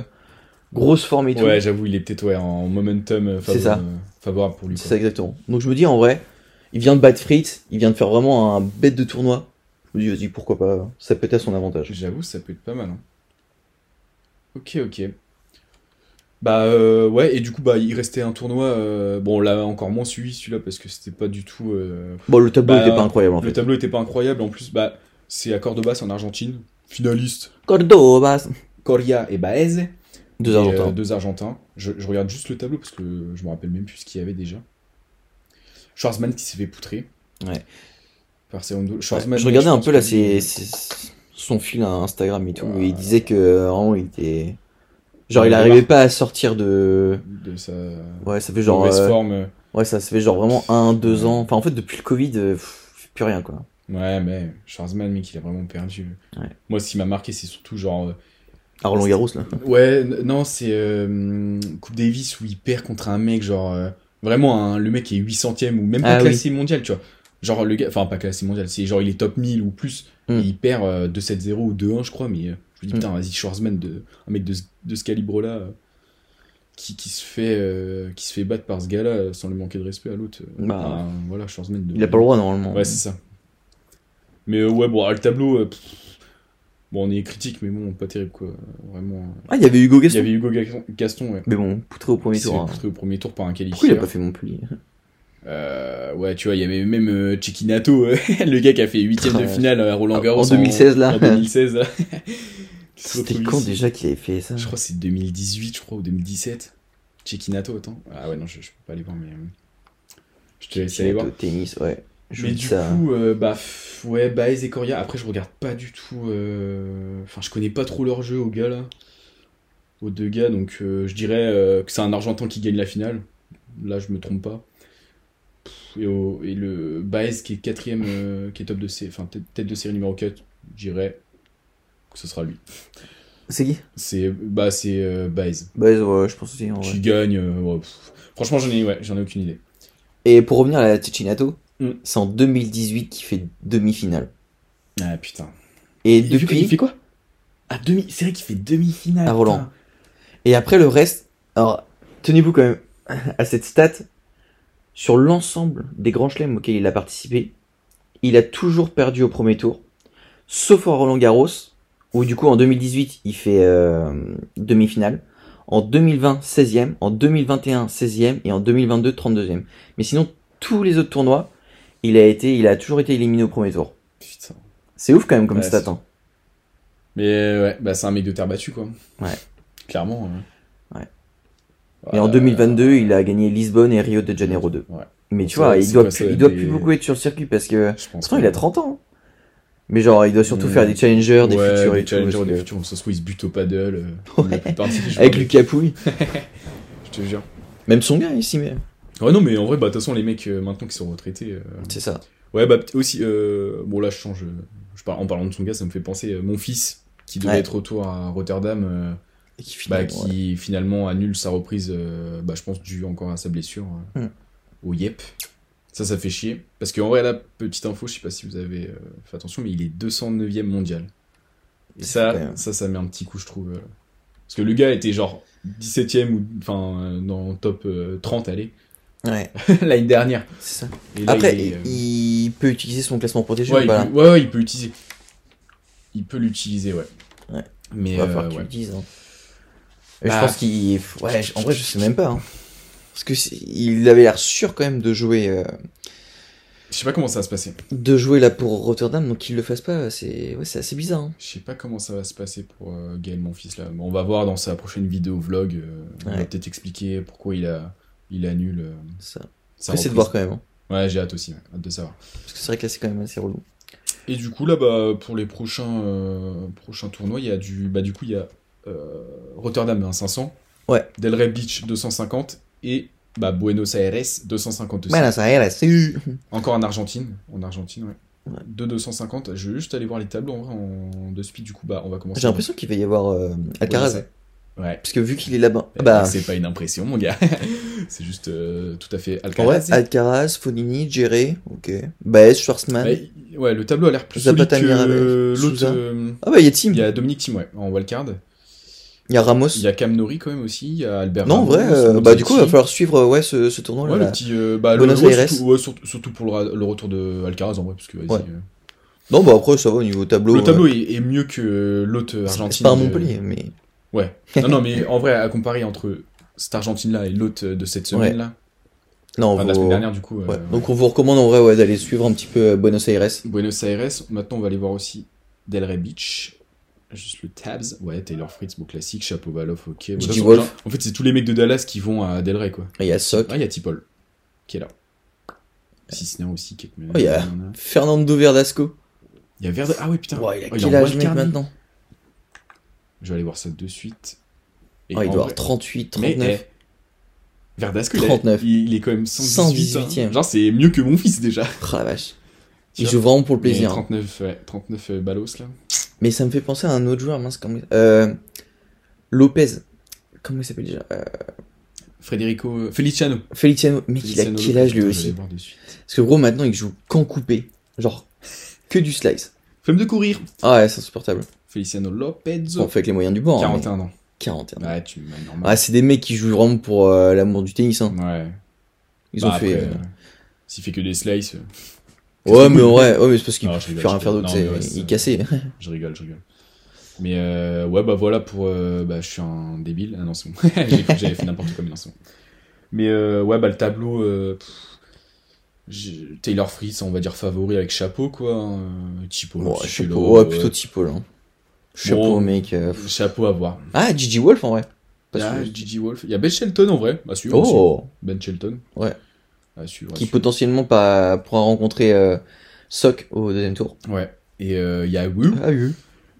A: grosse forme et tout.
B: Ouais, j'avoue, il est peut-être ouais, en momentum euh,
A: C'est
B: favor-
A: ça.
B: euh, favorable pour lui.
A: c'est
B: quoi.
A: ça exactement. Donc je me dis, en vrai, il vient de battre Fritz, il vient de faire vraiment un bête de tournoi. Je me dis, vas-y, pourquoi pas, ça peut être à son avantage.
B: J'avoue, ça peut être pas mal. hein. Ok, ok. Bah euh, ouais, et du coup, bah il restait un tournoi. euh, bon, on l'a encore moins suivi celui-là parce que c'était pas du tout. euh,
A: Bon, le tableau
B: Bah,
A: était pas incroyable en
B: Le
A: fait.
B: tableau était pas incroyable. En plus, bah c'est à Cordoba, c'est en Argentine. Finaliste.
A: Cordoba
B: Coria et Baez.
A: Deux
B: Et,
A: Argentins.
B: euh, deux Argentins. Je, je regarde juste le tableau parce que je me rappelle même plus ce qu'il y avait déjà. Schwarzman qui s'est fait poutrer.
A: Ouais.
B: Par Segundo.
A: Ouais,
B: Schwarzman,
A: je regardais un
B: pense
A: peu là,
B: que-
A: c'est c'est- son fil à Instagram et tout.
B: Voilà.
A: et Il disait que euh, vraiment, il était. Genre,
B: Il
A: il
B: avait
A: arrivait
B: marre.
A: pas à sortir de.
B: De sa
A: Ouais, ça fait genre.
B: mauvaise
A: euh,
B: forme.
A: Ouais, ça se fait genre vraiment un, deux
B: Ouais.
A: ans. Enfin, en fait, depuis le Covid, euh, pff, plus rien, quoi.
B: Ouais, mais Schwarzman, mec, il a vraiment perdu.
A: Ouais.
B: Moi, ce qui m'a marqué, c'est surtout genre. euh,
A: À Roland Garros, là.
B: Ouais, n- non, c'est euh, Coupe Davis où il perd contre un mec, genre. euh, Vraiment, un- le mec est 800ème ou même
A: Ah
B: pas
A: oui.
B: classé mondial, tu vois. Genre, le gars. Enfin, pas classé mondial, c'est genre il est top 1000 ou plus.
A: Mm.
B: Et il perd euh, 2-7-0 ou 2-1, je crois, mais euh, je me dis,
A: Mm.
B: putain, vas-y, Schwarzman, de, un mec de, ce- de ce calibre-là. euh, Qui, qui, se fait, euh, qui se fait battre par ce gars-là euh, sans lui manquer de respect à l'autre. euh,
A: Bah,
B: enfin, voilà, Schwarzman. de-
A: Il a pas le droit, hein. normalement.
B: Ouais, c'est ça. Mais euh, ouais, bon, alors, le tableau, euh, pff, bon, on est critique, mais bon, pas terrible quoi. Euh, Vraiment. euh.
A: Ah, il y avait Hugo
B: Il y
A: Gaston.
B: avait Hugo Gaston, Gaston, ouais.
A: Mais bon, poutré au premier
B: qui s'est
A: tour. hein.
B: poutré au premier tour par un
A: Pourquoi il
B: qualifié.
A: a pas fait Montpellier
B: Euh, ouais, tu vois, il y avait même euh, Cecchinato, euh, le gars qui a fait huitième de
A: Ouais. Ah,
B: finale à Roland Garros.
A: En 2016, là.
B: En 2016. là. Qui se
A: C'était
B: retrouve
A: quand
B: ici.
A: déjà qu'il avait fait ça
B: Je crois que c'est 2018, je crois, ou 2017. Cecchinato, attends. Ah ouais, non, je, je peux pas aller voir, mais. euh, Je te laisse aller voir.
A: Au tennis, ouais. Je
B: mais
A: vous dis
B: du
A: ça.
B: coup, euh, bah, pff, ouais, Baez et Coria. Après, je regarde pas du tout. euh, Enfin, je connais pas trop leur jeu aux gars là. Aux deux gars, donc euh, je dirais euh, que c'est un Argentin qui gagne la finale. Là, je me trompe pas. Pff, Et, au- et le Baez qui est quatrième, euh, qui est top de série, enfin, tête- tête de série numéro 4, je dirais que ce sera lui.
A: C'est qui
B: C'est bah, c'est euh, Baez
A: Bah, ouais, je pense aussi. en vrai.
B: qui gagne. euh, ouais, pff. Franchement, j'en ai, ouais, j'en ai aucune idée.
A: Et pour revenir à Ticinato,
B: Mm.
A: c'est en 2018 qu'il fait demi-finale.
B: Ah putain.
A: Et
B: Il fait- il
A: depuis.
B: fait quoi Ah, demi, c'est vrai qu'il fait demi-finale.
A: À Roland.
B: putain.
A: Et après le reste, alors tenez-vous quand même à cette stat, sur l'ensemble des grands chelems auxquels il a participé, il a toujours perdu au premier tour, sauf à Roland Garros, où du coup en 2018 il fait euh, demi-finale, en 2020 16e, en 2021 16e et en 2022 32e. Mais sinon tous les autres tournois, il a été, il a toujours été éliminé au premier tour.
B: Putain.
A: C'est ouf quand même comme
B: Ouais,
A: stat.
B: c'est-
A: hein.
B: Mais euh, ouais, bah c'est un mec de terre battue quoi.
A: Ouais.
B: Clairement. euh.
A: Ouais. Et en
B: Euh,
A: 2022, il a gagné Lisbonne et Rio de Janeiro 2.
B: Ouais.
A: Mais
B: Donc
A: tu
B: ça,
A: vois, il
B: c'est
A: doit,
B: quoi,
A: plus,
B: ça,
A: il doit
B: des-
A: plus beaucoup être sur le circuit parce que.
B: Je pense.
A: Pourtant, il a 30 ans. Mais genre, il doit surtout
B: Mm.
A: faire des challengers, des
B: ouais,
A: futurs et
B: des
A: tout,
B: challengers,
A: parce
B: des
A: que-
B: futurs. Ça se trouve, il se bute au paddle. euh,
A: Ouais.
B: la plupart des gens,
A: Avec Lucas Pouille.
B: Je te jure.
A: Même son gars ici, mais.
B: Ouais, non, mais en vrai, bah de toute façon, les mecs euh, maintenant qui sont retraités. euh,
A: C'est ça.
B: Ouais, bah peut- aussi. euh, Bon, là, je change. euh, Je parle... En parlant de son gars, ça me fait penser euh, mon fils qui devait
A: Ouais.
B: être retour à Rotterdam. euh,
A: Et qui
B: bah,
A: finalement, ouais.
B: qui finalement annule sa reprise, euh, bah, je pense, dû encore à sa blessure euh,
A: Hmm.
B: au Yep. Ça, ça fait chier. Parce qu'en vrai, là, petite info, je sais pas si vous avez euh, fait attention, mais il est 209e mondial. Et
A: C'est hein.
B: ça,
A: fou, quand même.
B: ça, ça met un petit coup, je trouve. euh. Parce que le gars était genre 17e ou enfin euh, dans le top euh, 30, allez.
A: Ouais,
B: l'année dernière.
A: c'est ça.
B: Et là,
A: Après,
B: il est, euh,
A: il, il peut utiliser son classement protégé
B: ouais,
A: ou
B: il
A: pas là
B: peut, ouais, ouais, il peut utiliser. Il peut l'utiliser, ouais.
A: Ouais.
B: Mais
A: Il va
B: euh,
A: falloir qu'il
B: ouais.
A: l'utilise, hein. Et
B: Bah.
A: Je pense qu'il. Ouais, je- en vrai, je sais même pas. hein. Parce que c'est- il avait l'air sûr quand même de jouer, euh,
B: je sais pas comment ça va se passer.
A: de jouer là pour Rotterdam, donc qu'il le fasse pas, c'est ouais, c'est assez bizarre. hein.
B: Je sais pas comment ça va se passer pour euh, Gaël, mon fils là. On va voir dans sa prochaine vidéo vlog. euh, On va
A: Ouais.
B: peut-être expliquer pourquoi il a, il annule. euh,
A: Ça.
B: sa
A: J'essaie de
B: reprise.
A: voir quand même. hein.
B: Ouais, j'ai hâte aussi, ouais, hâte de savoir.
A: Parce que c'est vrai que là, c'est quand même assez relou.
B: Et du coup, là, bah, pour les prochains, euh, prochains tournois, il y a du, bah, du coup, il y a euh, Rotterdam hein, 500,
A: Ouais.
B: Del Rey Beach 250 et bah, Buenos Aires 250 aussi.
A: Voilà, ça a c'est eu.
B: Encore en Argentine, en Argentine, ouais.
A: Ouais.
B: De 250. Je vais juste aller voir les tableaux en vrai en de speed. Du coup, bah, on va commencer.
A: J'ai l'impression qu'il va y avoir euh,
B: par
A: Alcaraz.
B: Buenos Aires. Ouais.
A: Parce que vu qu'il est là-bas.
B: Eh,
A: Bah,
B: C'est pas une impression, mon gars. c'est juste euh, tout à fait
A: en vrai,
B: Alcaraz.
A: Alcaraz, Fonini, Géré, ok. Baez, Schwarzman.
B: Ouais, il- Bah, ouais, le tableau a l'air plus solide
A: Zapata,
B: que euh,
A: Mirabel,
B: l'autre.
A: Souza.
B: euh,
A: Ah bah, il y a Tim,
B: Il
A: il
B: y a Dominique Thiem, ouais, en wildcard.
A: y a Ramos.
B: Il y a Cam Nori quand même aussi, il y a Albert.
A: Non, en
B: Ramos,
A: vrai, euh,
B: Mozzotti.
A: bah, du coup, il va falloir suivre euh, ouais, ce, ce tournoi.
B: Ouais,
A: là.
B: le petit. euh, bah, le-
A: Buenos
B: ouais,
A: Aires.
B: Surtout, ouais, surtout, surtout pour le, ra- le retour de Alcaraz en vrai, parce que vas-y,
A: Ouais.
B: euh,
A: Non, bah après, ça va au niveau tableau.
B: le tableau
A: euh,
B: est, est mieux que l'autre
A: c'est-
B: Argentine. euh,
A: C'est pas à
B: de-
A: Montpellier, mais.
B: Ouais. Non, non, mais en vrai, à comparer entre cette Argentine là et l'autre de cette semaine là,
A: Non,
B: enfin de la
A: vous-
B: semaine dernière du coup. euh,
A: ouais. Donc, on vous recommande en vrai ouais, d'aller suivre un petit peu euh, Buenos Aires.
B: Buenos Aires. Maintenant, on va aller voir aussi Del Rey Beach. Juste le Tabs. Ouais, Taylor Fritz, bon classique. Chapovalov, ok. Bon, de toute façon,
A: Wolff.
B: En fait, c'est tous les mecs de Dallas qui vont à Del Rey quoi.
A: Il y a Soc.
B: Ah, il y a Tipol qui est là. Cisner aussi, quelques minutes.
A: Oh, il y a- Fernando Verdasco.
B: Il y a Verde. Ah oui, putain.
A: Oh, il a
B: Oh,
A: quel
B: en
A: âge, mec,
B: wildcard, lui.
A: maintenant
B: Je vais aller voir ça de suite. Et
A: Oh, Il
B: en
A: doit avoir
B: vrai-
A: 38,
B: Mais,
A: 39.
B: eh, Verdasco, il a-
A: 39.
B: Il, il est quand même 118.
A: 118e.
B: hein. Genre, c'est mieux que mon fils déjà.
A: Oh la vache.
B: Tu
A: Il
B: vois
A: joue vraiment pour le
B: Mais
A: plaisir. hein.
B: 39, ouais, 39 euh, ballos là.
A: Mais ça me fait penser à un autre joueur, mince, comme... Euh, Lopez. Comment il s'appelle déjà euh,
B: Federico euh, Feliciano.
A: Feliciano. Mec, il a
B: Feliciano
A: quel âge lui
B: Lopez, je vais
A: aussi
B: aller voir de suite.
A: Parce que gros, maintenant, il joue qu'en coupé. Genre, que du slice.
B: Flemme de courir.
A: Ah ouais, c'est insupportable.
B: Feliciano Lopez.
A: Bon, fait avec les moyens du bord. hein,
B: 41 ans.
A: mais 41.
B: Ouais, tu m'as normal.
A: Ah, c'est des mecs qui jouent vraiment pour euh, l'amour du tennis. Hein.
B: Ouais.
A: Ils
B: Bah,
A: ont fait...
B: après,
A: euh,
B: euh, S'il fait que des slices, euh,
A: Ouais, mais ouais, ouais, mais c'est parce qu'ils
B: Non,
A: peuvent
B: je rigole,
A: plus rien
B: je
A: faire
B: rigole.
A: d'autre.
B: Non,
A: c'est-
B: mais ouais, c'est-
A: Ils cassaient.
B: Je rigole, je rigole. Mais euh, ouais, bah voilà pour. euh, bah, je suis un débile. Ah non, c'est bon. J'ai cru que J'avais fait n'importe quoi, mais non, c'est bon. Mais euh, ouais, bah le tableau. euh, pff, j'ai- Taylor Fritz, on va dire favori avec chapeau, quoi. hein. Tipo,
A: Ouais,
B: Tichello,
A: chapeau. Ouais, plutôt typo, là. Chapeau,
B: Bon.
A: mec. euh,
B: ouais. Chapeau à voir.
A: Ah, Gigi Wolf, en vrai. Parce
B: Ah,
A: que-
B: Gigi Wolf. Il y a Ben Shelton en vrai. À suivre. à suivre.
A: Oh
B: Ben Shelton.
A: Ouais.
B: À suivre. à
A: qui
B: suivre.
A: potentiellement pas, pourra rencontrer euh, Sok au deuxième tour.
B: Ouais. Et euh, il y a Wu,
A: Ah oui.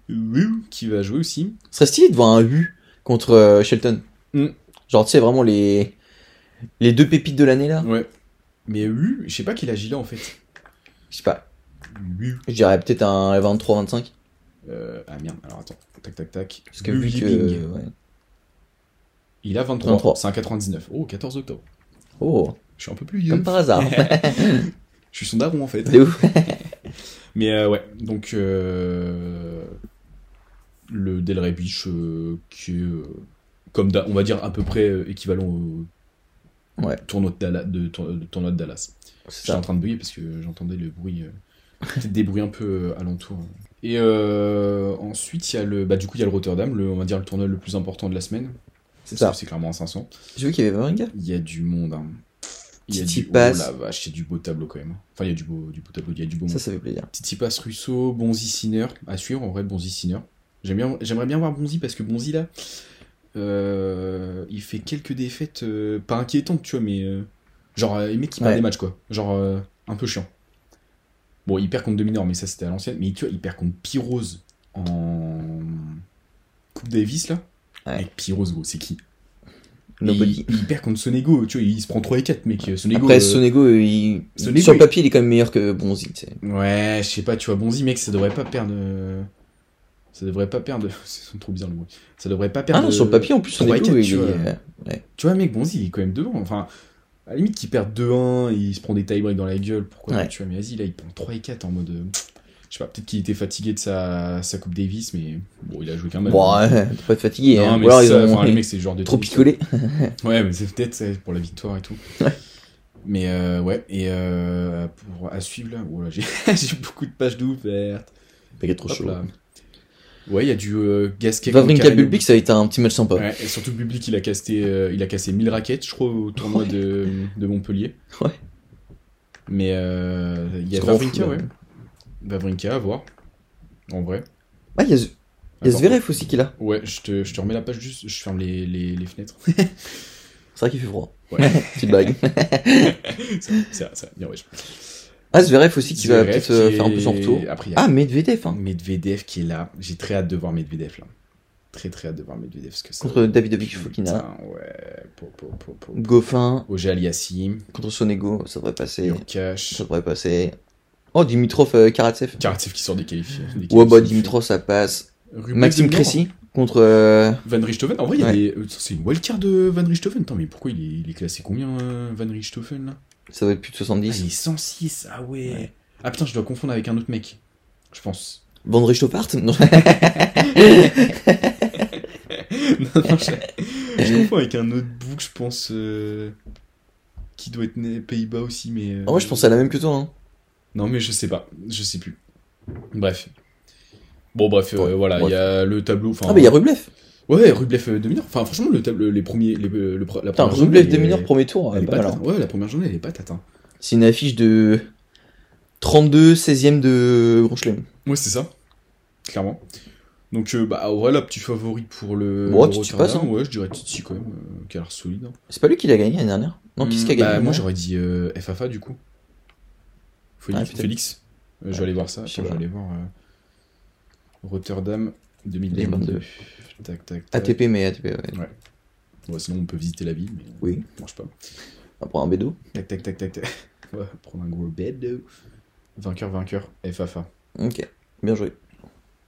B: Wu qui va jouer aussi.
A: Ce serait stylé de voir un U contre euh, Shelton.
B: Mm.
A: Genre, tu sais, vraiment les, les deux pépites de l'année là.
B: Ouais. Mais Wu, je sais pas quel agit là en fait.
A: Je sais pas,
B: Wu.
A: je dirais peut-être un 23-25.
B: Euh, ah merde, alors attends. Tac tac tac.
A: Parce que
B: Liu
A: vu que.
B: Yibing.
A: ouais.
B: Il a 23.
A: 23.
B: C'est un 99. Oh, 14 octobre.
A: Oh,
B: Je suis un peu plus vieux.
A: comme par hasard.
B: Je suis son daron en fait.
A: De ouf.
B: Mais euh, ouais, donc. euh, Le Del Rey Beach, euh, qui est, euh, comme da- on va dire à peu près euh, équivalent au
A: Ouais.
B: tournoi de, Dalla- de tour- de tournoi de Dallas.
A: C'est
B: J'étais en
A: ça.
B: train de bouiller parce que j'entendais le bruit, euh, peut-être des bruits un peu euh, alentour. Et euh, ensuite, il y a le, bah, du coup, il y a le Rotterdam, le, on va dire le tournoi le plus important de la semaine.
A: C'est
B: Parce
A: ça.
B: que C'est clairement un 500.
A: J'ai vu qu'il y avait Wawrinka.
B: Il y a du monde. Hein. Il y a
A: Titi
B: du...
A: Pass.
B: Oh la vache, il y a du beau tableau quand même. Enfin, il y a du beau, du beau tableau, il y a du beau
A: Ça,
B: monde.
A: ça fait plaisir.
B: Titi Pass, Russo, Bonzi, Sinner. À suivre, en vrai, Bonzi, Sinner. J'aime bien- J'aimerais bien voir Bonzi parce que Bonzi, là, euh, il fait quelques défaites, euh, pas inquiétantes, tu vois, mais. euh, genre, euh, les mecs qui perdent
A: Ouais.
B: des matchs, quoi. Genre, euh, un peu chiant. Bon, il perd contre Dominor, mais ça, c'était à l'ancienne. Mais tu vois, il perd contre Pyrose en. Coupe Davis, là.
A: Ouais.
B: Avec Pyrose, gros, c'est qui
A: Nobody.
B: il, il perd contre Sonego, tu vois, il se prend 3 et 4, mec. Sonego.
A: Après,
B: euh,
A: Sonego, il...
B: Sonego,
A: sur
B: il-
A: le papier, il est quand même meilleur que Bonzi. tu sais.
B: Ouais, je sais pas, tu vois, Bonzi, mec, ça devrait pas perdre. euh, Ça devrait pas perdre. C'est trop bizarre le mot. Ça devrait pas
A: Ah
B: perdre.
A: non, sur le papier, en plus,
B: trois et
A: Sonego,
B: quatre,
A: il
B: tu
A: est.
B: vois.
A: euh,
B: Tu vois, mec, Bonzi, il est quand même devant. Enfin, à la limite, qu'il perde 2-1, il se prend des tie-breaks dans la gueule. Pourquoi
A: Ouais.
B: Tu vois, mais vas-y, là, il prend 3 et 4 en mode. euh, Je sais pas, peut-être qu'il était fatigué de sa, sa Coupe Davis, mais bon, il a joué quand même.
A: Bon, ouais, faut pas être fatigué.
B: Non,
A: hein.
B: mais
A: Ou alors, ils
B: ça,
A: ont
B: enfin, les mecs, c'est le genre de
A: trop
B: tennis,
A: picolé.
B: Ouais, mais c'est peut-être ça, pour la victoire et tout. Mais euh, ouais, et euh, pour, à suivre là, oh là, j'ai j'ai beaucoup de pages d'ouvertes.
A: Pas trop
B: Hop
A: chaud.
B: là. Ouais, il y a du euh, Gasquet contre
A: Vavrinka
B: Carreno.
A: Bulbik, ça a été un petit match sympa.
B: Ouais, et surtout Bublik, il a, casté, euh, il a cassé 1000 raquettes, je crois, au tournoi de, de Montpellier.
A: Ouais.
B: Mais euh, il y
A: C'est
B: a
A: grand
B: Vavrinka,
A: fou, là.
B: ouais. Vavrinka, à voir. En vrai.
A: Ah, il y a, Z- il y a
B: Attends.
A: Zverev aussi qui est là.
B: Ouais, je te, je te remets la page juste, je ferme les, les, les fenêtres.
A: C'est vrai qu'il fait froid.
B: Ouais.
A: Petite blague.
B: ça, ça, ça, bien, ouais.
A: Ah, Zverev aussi qui va
B: Zverev
A: peut-être euh,
B: qui
A: faire un peu son
B: est-
A: retour.
B: Après, il y a
A: Ah, Medvedev, hein,
B: Medvedev qui est là. J'ai très hâte de voir Medvedev là. Très très hâte de voir Medvedev. Parce que ça...
A: contre David Fokina.
B: Putain, ouais. Po, po, po, po.
A: Goffin
B: Auger Aliassim,
A: contre Sonego, ça devrait passer.
B: Yurkash,
A: Ça devrait passer. Oh, Dimitrov euh, Karatsev.
B: Karatsev qui sort des qualifiés. des
A: Ouais, bah
B: qualifications.
A: Dimitrov, ça passe.
B: Rublev
A: Maxime
B: de Nord.
A: Cressy contre. euh,
B: Van Richthofen. En vrai, il y a
A: Ouais.
B: des- euh, c'est une wildcard de Van Richthofen. Attends, mais pourquoi il est, il est classé combien, euh, Van Richthofen là
A: Ça doit être plus de
B: ah,
A: 70.
B: Il est 106. Ah ouais.
A: Ouais.
B: Ah putain, je dois confondre avec un autre mec. Je pense.
A: Van Richthofen Non.
B: non, non, je, je confonds avec un autre book, je pense. euh, qui doit être né Pays-Bas aussi, mais. euh,
A: Ah, moi, je pensais à la même que toi. Hein.
B: Non, mais je sais pas, je sais plus. Bref. Bon, bref, euh,
A: Ouais,
B: voilà, il
A: bref.
B: y a le tableau. enfin
A: Ah, bah, il y a Rublev.
B: Ouais, Rublev euh, domineur. Enfin, franchement, le tableau, les premiers. les- euh, le pre- la
A: Putain,
B: première journée,
A: Rublev
B: elle est-
A: demi-heure, premier tour.
B: elle est
A: pas mal,
B: patate,
A: hein.
B: hein. Ouais, la première journée, elle est patate. Hein.
A: C'est une affiche de 32 16e de Grand Chelem.
B: Ouais, c'est ça. Clairement. Donc, euh, bah, ouais, la petite favori pour le.
A: Bon,
B: le
A: Titi
B: Rotterdam.
A: passe, hein.
B: Ouais, je dirais Titi quand même, euh, qui a l'air solide. hein.
A: C'est pas lui qui l'a gagné l'année dernière Non, qu'est-ce qui a
B: Hmm, bah,
A: gagné
B: Moi,
A: non
B: j'aurais dit euh, FFA du coup. Félix.
A: Ah, peut-être.
B: Félix. Euh, je vais
A: Ouais,
B: aller voir ça.
A: je sais
B: Attends, je vais
A: pas.
B: aller voir euh, Rotterdam 2022.
A: 2022.
B: Tac, tac, tac.
A: ATP, mais ATP, ouais.
B: Ouais, sinon, on peut visiter la ville, mais
A: Oui.
B: ça marche pas.
A: Après Ah, un bédo.
B: Tac, tac, tac, tac, tac. Ouais, prendre un gros bed. Vainqueur, vainqueur, FFA.
A: Ok, bien joué.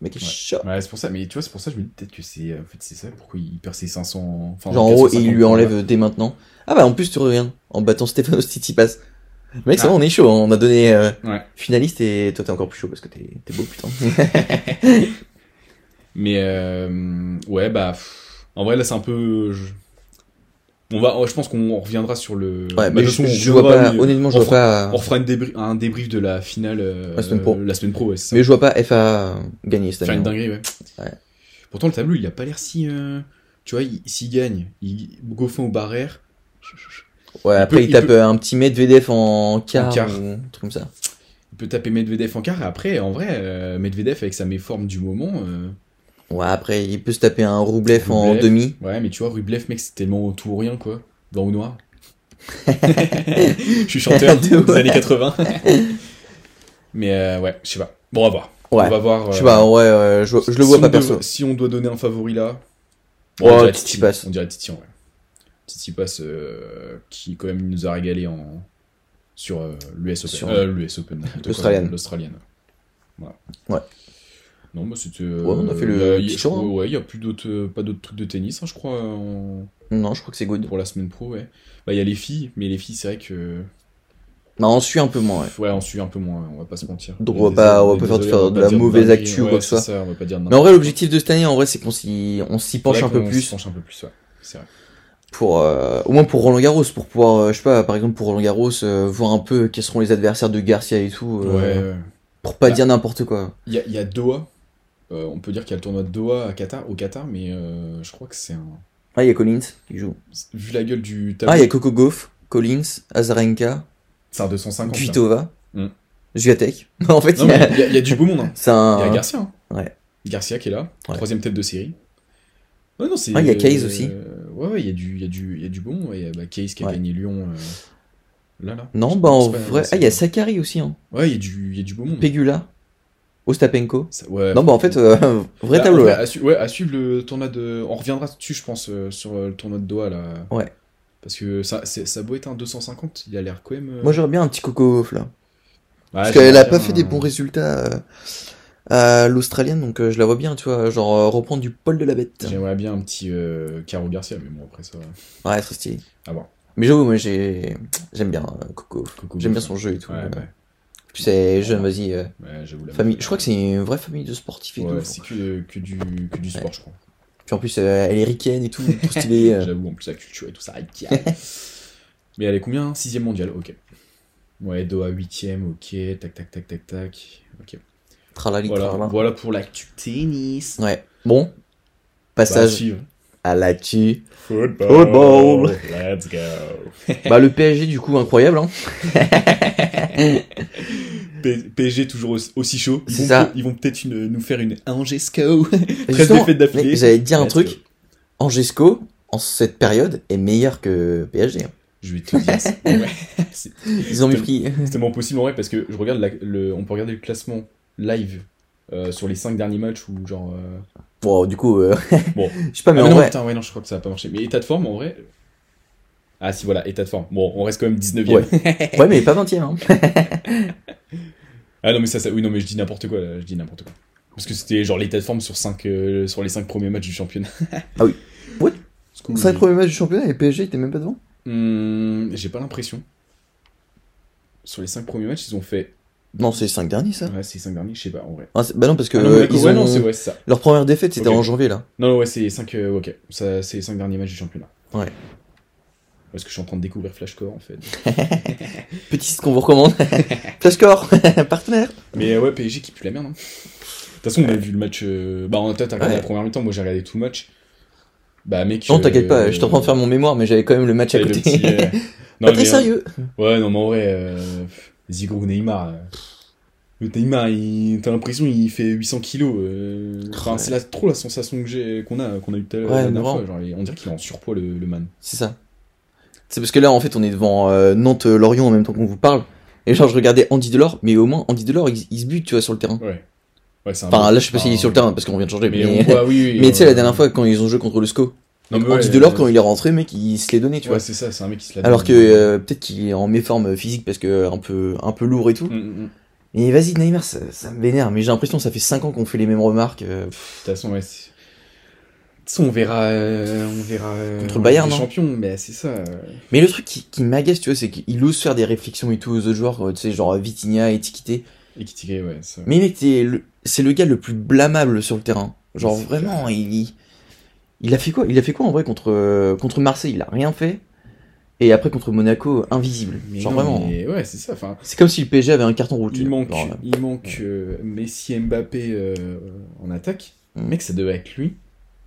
A: Mec, il est
B: Ouais.
A: chaud.
B: Ouais, c'est pour ça, mais tu vois, c'est pour ça que je me dis peut-être que c'est en fait, c'est ça, pourquoi il perd ses 500. en- Enfin,
A: Genre en haut, et
B: 450,
A: il lui enlève dès maintenant. Ah bah en plus, tu reviens en battant Stéphano Tsitsipas. Mec, ça
B: Ah.
A: va, on est chaud. On a donné euh,
B: Ouais.
A: finaliste et toi, t'es encore plus chaud parce que t'es t'es beau, putain.
B: Mais euh, ouais, bah pff, en vrai là c'est un peu. Je... On va, je pense qu'on reviendra sur le.
A: Ouais,
B: Bah,
A: mais
B: de toute
A: je,
B: façon, on
A: je vois pas,
B: reviendra, mais
A: honnêtement, je
B: on
A: vois pas,
B: On refera une débri- un débrief de la finale euh,
A: La semaine pro.
B: La semaine pro, ouais, c'est ça.
A: mais je vois pas FA gagner cette
B: Faire une
A: année.
B: dinguerie, ouais.
A: Ouais.
B: Pourtant le tableau il a pas l'air si. euh, Tu vois, il- s'il gagne, il... Goffin ou Barrère.
A: Ouais,
B: Il
A: après,
B: peut-
A: il,
B: il
A: tape
B: peut-
A: euh, un petit Medvedev en quart,
B: quart.
A: ou un truc comme ça.
B: Il peut taper Medvedev en quart et après, en vrai, euh, Medvedev avec sa méforme du moment. euh,
A: Ouais, après, il peut se taper un Roublev en
B: Roublev.
A: demi.
B: Ouais, mais tu vois, Rublev, mec, c'est tellement tout ou rien, quoi. Blanc ou noir. je suis chanteur
A: De
B: des
A: ouais.
B: années 80. mais euh, ouais, je sais pas. Bon, on va voir. On
A: Ouais.
B: va voir.
A: Je sais
B: euh,
A: pas, ouais, euh, je, vois- je le vois
B: si
A: pas
B: on
A: perso.
B: dev- Si on doit donner un favori là.
A: Oh,
B: dirait
A: Titi passe.
B: On dirait Titi, en vrai. Titi passe, euh, qui quand même nous a régalé en... sur euh, l'US Open.
A: Sur-
B: Euh, l'US Open. n'importe quoi.
A: L'Australienne.
B: L'Australienne. Voilà.
A: Ouais.
B: Non, bah c'était. euh,
A: Ouais, on a fait le
B: là,
A: petit
B: y- je
A: tour,
B: crois-
A: hein.
B: Ouais, il n'y a plus d'autres, euh, pas d'autres trucs de tennis, hein, je crois, en-
A: Non, je crois que c'est good.
B: pour la semaine pro, ouais. Bah, il y a les filles, mais les filles, c'est vrai que.
A: Bah, on suit un peu moins, ouais.
B: Pff, Ouais, on suit un peu moins, on va pas se mentir.
A: Donc,
B: est
A: on va pas- on va
B: est
A: pas faire de-
B: désolé, on va
A: de
B: pas
A: la
B: dire
A: mauvaise
B: dinguerie,
A: actu ou
B: ouais,
A: quoi que ce
B: c'est
A: soit.
B: ça, on va pas dire
A: Mais en vrai, l'objectif de cette année, en vrai, c'est qu'on s'y, on s'y penche un peu plus
B: penche un peu plus, ouais. C'est vrai.
A: pour, euh, au moins pour Roland Garros, pour pouvoir, euh, je sais pas, par exemple pour Roland Garros, euh, voir un peu quels seront les adversaires de Garcia et tout, euh,
B: Ouais.
A: pour pas
B: Bah.
A: dire n'importe quoi.
B: Il y a, il y a Doha. Euh, on peut dire qu'il y a le tournoi de Doha à Qatar, au Qatar, mais euh, je crois que c'est un.
A: Ah, il y a Collins qui joue.
B: Vu la gueule du tableau,
A: Ah, il y a Coco Gauff, Collins, Azarenka,
B: c'est un 250. là.
A: Kvitova,
B: Hmm.
A: Zviatek. en fait, il
B: Non,
A: y
B: mais
A: a-
B: il y, a- il y a du beau monde. hein.
A: c'est
B: Il y a
A: un.
B: Garcia. hein.
A: Ah. Ouais.
B: Garcia qui est là,
A: Ouais.
B: troisième tête de série. Ouais, non, c'est.
A: Ah, il y a Case
B: euh,
A: aussi.
B: Ouais, ouais, il y a du, il y a du, il y a du bon. ouais, Il y a bah, Case qui a
A: Ouais.
B: gagné Lyon. euh, là, là.
A: Non,
B: Je
A: bah en
B: sais pas,
A: vrai.
B: c'est- Hmm.
A: Ah, il y a Sakari aussi, hein.
B: Ouais, il y a du, il y a du beau monde.
A: Pegula, Ostapenko.
B: Ça- ouais.
A: Non, bah en fait, euh, vrai
B: Bah,
A: tableau
B: ouais,
A: là.
B: À, su- ouais, à suivre le tournoi de. On reviendra dessus, je pense, euh, sur euh, le tournoi de Doha là.
A: Ouais.
B: Parce que ça, c'est- ça a beau être un 250, il a l'air quand même. euh, bah,
A: Moi, j'aurais bien un petit Coco Gauff là.
B: ouais,
A: Parce
B: Ah, j'aimerais
A: qu'elle a
B: bien
A: pas fait
B: un-
A: des bons résultats euh, à l'Australienne, donc euh, je la vois bien, tu vois, genre euh, reprendre du Paul de la Bête.
B: J'aimerais bien un petit euh, Caro Garcia, mais bon, après ça.
A: Ouais, très stylé.
B: Ah bon.
A: Mais j'avoue, moi j'ai j'aime bien euh, Coco.
B: Coco
A: J'aime bien
B: Gauff,
A: son jeu et tout.
B: Ouais,
A: euh.
B: ouais.
A: Puis c'est jeune, vas-y. euh,
B: Ouais, j'avoue la
A: famille. Je crois que c'est une vraie famille de hein. sportifs et
B: Ouais,
A: tout.
B: c'est que, euh, que du, que du sport, je crois.
A: Puis en plus, euh, elle est ricaine et tout, trop stylé. euh.
B: J'avoue, en plus, la culture et tout ça. aïe, aïe. Mais elle est combien Sixième mondiale, ok. Ouais, Doha huitième, ok, tac tac tac tac tac. Ok.
A: Tralali,
B: Voilà,
A: tralala.
B: voilà pour l'actu tennis.
A: Ouais. Bon.
B: Bah,
A: Passage
B: si.
A: à l'actu.
B: Football.
C: Football.
B: Let's go.
A: bah, le PSG, du coup, incroyable, hein.
B: P- PSG toujours aussi- aussi chaud. Ils
A: C'est
B: vont,
A: ça.
B: peut- ils vont peut-être une- nous faire une Angesco.
A: Justement,
B: défaites d'affilée.
A: mais J'allais te dire un
B: Let's
A: truc.
B: go.
A: Angesco, en cette période, est meilleur que PSG. hein.
B: Je vais te dire. c'est- ouais. C'est
A: Ils ont mis pris.
B: c'est vraiment possible en vrai parce que je regarde la- le, on peut regarder le classement live euh, sur les 5 derniers matchs ou genre. euh,
A: Bon, du coup, euh,
B: Bon.
A: je sais pas, mais
B: Ah, mais
A: en
B: non,
A: vrai,
B: putain, ouais, non, je crois que ça a pas marché. Mais état de forme en vrai. Ah si voilà, état de forme. Bon, on reste quand même 19 e
A: Ouais. ouais, mais pas 20 e hein.
B: Ah non mais ça, ça oui non mais je dis n'importe quoi là, je dis n'importe quoi. Parce que c'était genre l'état de forme sur cinq euh, sur les 5 premiers matchs du championnat.
A: Ah oui. What
B: Parce que-
A: Cinq premiers matchs du championnat et PSG était même pas devant.
B: Hmm, j'ai pas l'impression. Sur les 5 premiers matchs, ils ont fait
A: Non, c'est les cinq derniers, ça.
B: Ouais, c'est les 5 derniers, je sais pas en vrai.
A: Ah, c'est- bah non, parce que
B: Ah non, mais
A: euh,
B: d'accord,
A: ils
B: ouais,
A: ont-
B: non, c'est ouais, c'est ça.
A: leur première défaite, c'était
B: Ok.
A: en janvier, là.
B: Non, non, ouais, c'est 5 OK, ça c'est les 5 derniers matchs du championnat.
A: Ouais.
B: Parce que je suis en train de découvrir Flashcore en fait.
A: Petit site qu'on vous recommande. Flashcore, partenaire.
B: Mais euh, ouais, PSG qui pue la merde. hein. De toute façon, on a vu le match. euh, Bah, en tête, t'as regardé
A: Ouais.
B: la première mi-temps. Moi, j'ai regardé tout le match. Bah, mec.
A: Non, t'inquiète pas,
B: euh,
A: je t'en prends de faire mon mémoire, mais j'avais quand même le match à
B: t'avais le
A: côté.
B: petit, euh, non,
A: pas très
B: mais,
A: sérieux.
B: euh, Ouais, non, mais en vrai, euh, pff, Zigrou Neymar. euh, Le Neymar, il- t'as l'impression il fait 800 kilos. euh, enfin,
A: Ouais.
B: c'est la- trop la sensation que j'ai, qu'on a, qu'on a eu tout à l'heure.
A: Ouais,
B: la dernière
A: vraiment.
B: fois, genre, il- on dirait qu'il est en surpoids le, le man.
A: C'est ça. C'est parce que là, en fait, on est devant euh, Nantes-Lorient en même temps qu'on vous parle. Et genre, je regardais Andy Delors, mais au moins, Andy Delors, il, il se bute, tu vois, sur le terrain.
B: Ouais. Ouais, c'est un
A: Enfin,
B: peu-
A: là, je sais pas s'il est
B: enfin,
A: sur le terrain parce qu'on vient de changer, mais.
B: Ah, Mais on voit, oui, oui.
A: mais tu sais,
B: euh,
A: la dernière fois, quand ils ont joué contre le SCO,
B: Non, mais
A: Andy
B: ouais, euh,
A: Delors, quand il est rentré, mec, il se l'est donné, tu
B: Ouais,
A: vois.
B: c'est ça, c'est un mec qui se la
A: Alors que
B: donne.
A: euh, peut-être qu'il est en méforme physique parce que euh, un peu, un peu lourd et tout.
B: Mm, mm, mm.
A: Et vas-y, Neymar, ça, ça me vénère, mais j'ai l'impression que ça fait 5 ans qu'on fait les mêmes remarques. euh, pff,
B: De toute façon, ouais, c'est- De toute façon, on verra, euh, on verra euh,
A: Contre le
B: en
A: Bayern,
B: Ligue des
A: non
B: champions, mais c'est ça. euh.
A: Mais le truc qui, qui m'agace, tu vois, c'est qu'il ose faire des réflexions et tout aux autres joueurs, euh, tu sais, genre Vitinha, Etiquité.
B: Et qui tirait, ouais. ça.
A: Mais mec, t'es le- c'est le gars le plus blâmable sur le terrain. Genre
B: C'est
A: vraiment, il, il- il a fait quoi Il a fait quoi en vrai contre, euh, contre Marseille Il a rien fait. Et après contre Monaco, invisible.
B: Mais
A: genre
B: non,
A: vraiment. hein.
B: mais ouais, c'est ça. Enfin,
A: C'est comme si le PSG avait un carton rouge. tu
B: il
A: vois.
B: manque,
A: Genre, euh,
B: il manque euh, Messi, et Mbappé euh, en attaque.
A: Mm.
B: Mec, ça devrait être lui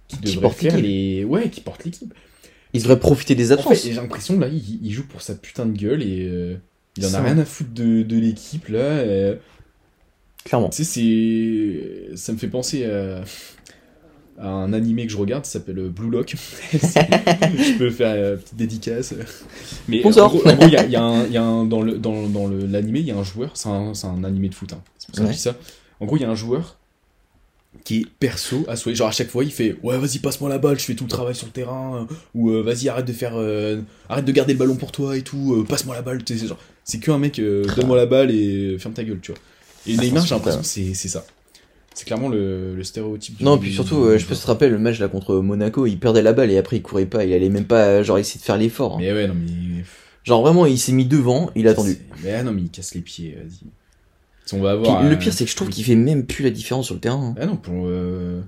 B: qui,
A: Qui
B: devrait
A: porte
B: faire
A: l'équipe.
B: les, ouais, qui porte l'équipe.
A: il devrait profiter des
B: En fait,
A: absences.
B: j'ai l'impression là, il, il joue pour sa putain de gueule et euh, il en
A: Ça.
B: a rien à foutre de, de l'équipe là. euh,
A: Clairement.
B: Tu sais, c'est. Ça me fait penser à. à un animé que je regarde, ça s'appelle euh, Blue Lock. C'est- je peux faire euh, petite dédicace. Mais en
A: Sponsor.
B: gros, en gros, il y a, il y a un- il y a un- dans le dans, dans le- l'animé, il y a un joueur, c'est un, c'est un animé de foot, hein. c'est pour ça que je dis ça. En gros, il y a un joueur qui est perso à souhait. Genre à chaque fois, il fait Ouais, vas-y, passe-moi la balle, je fais tout le travail sur le terrain. Ou euh, vas-y, arrête de faire. euh, arrête de garder le ballon pour toi et tout. euh, passe-moi la balle. Tu sais, c'est genre, c'est que un mec, euh, donne-moi la balle et euh, ferme ta gueule, tu vois. Et
A: Ah,
B: Neymar,
A: c'est
B: j'ai l'impression que c'est c'est ça. C'est clairement le, le stéréotype. du-
A: Non, puis surtout, euh, je peux te rappeler le match là contre Monaco, il perdait la balle et après il courait pas, il allait même pas euh, genre essayer de faire l'effort. hein.
B: Mais ouais, non, mais.
A: Genre vraiment, il s'est mis devant, il a attendu.
B: C'est- Mais ah non, mais il casse les pieds, vas-y. Si on va
A: Puis
B: avoir.
A: le pire, c'est que je trouve qu'il fait même plus la différence sur le terrain. hein.
B: Ah non, pour. euh,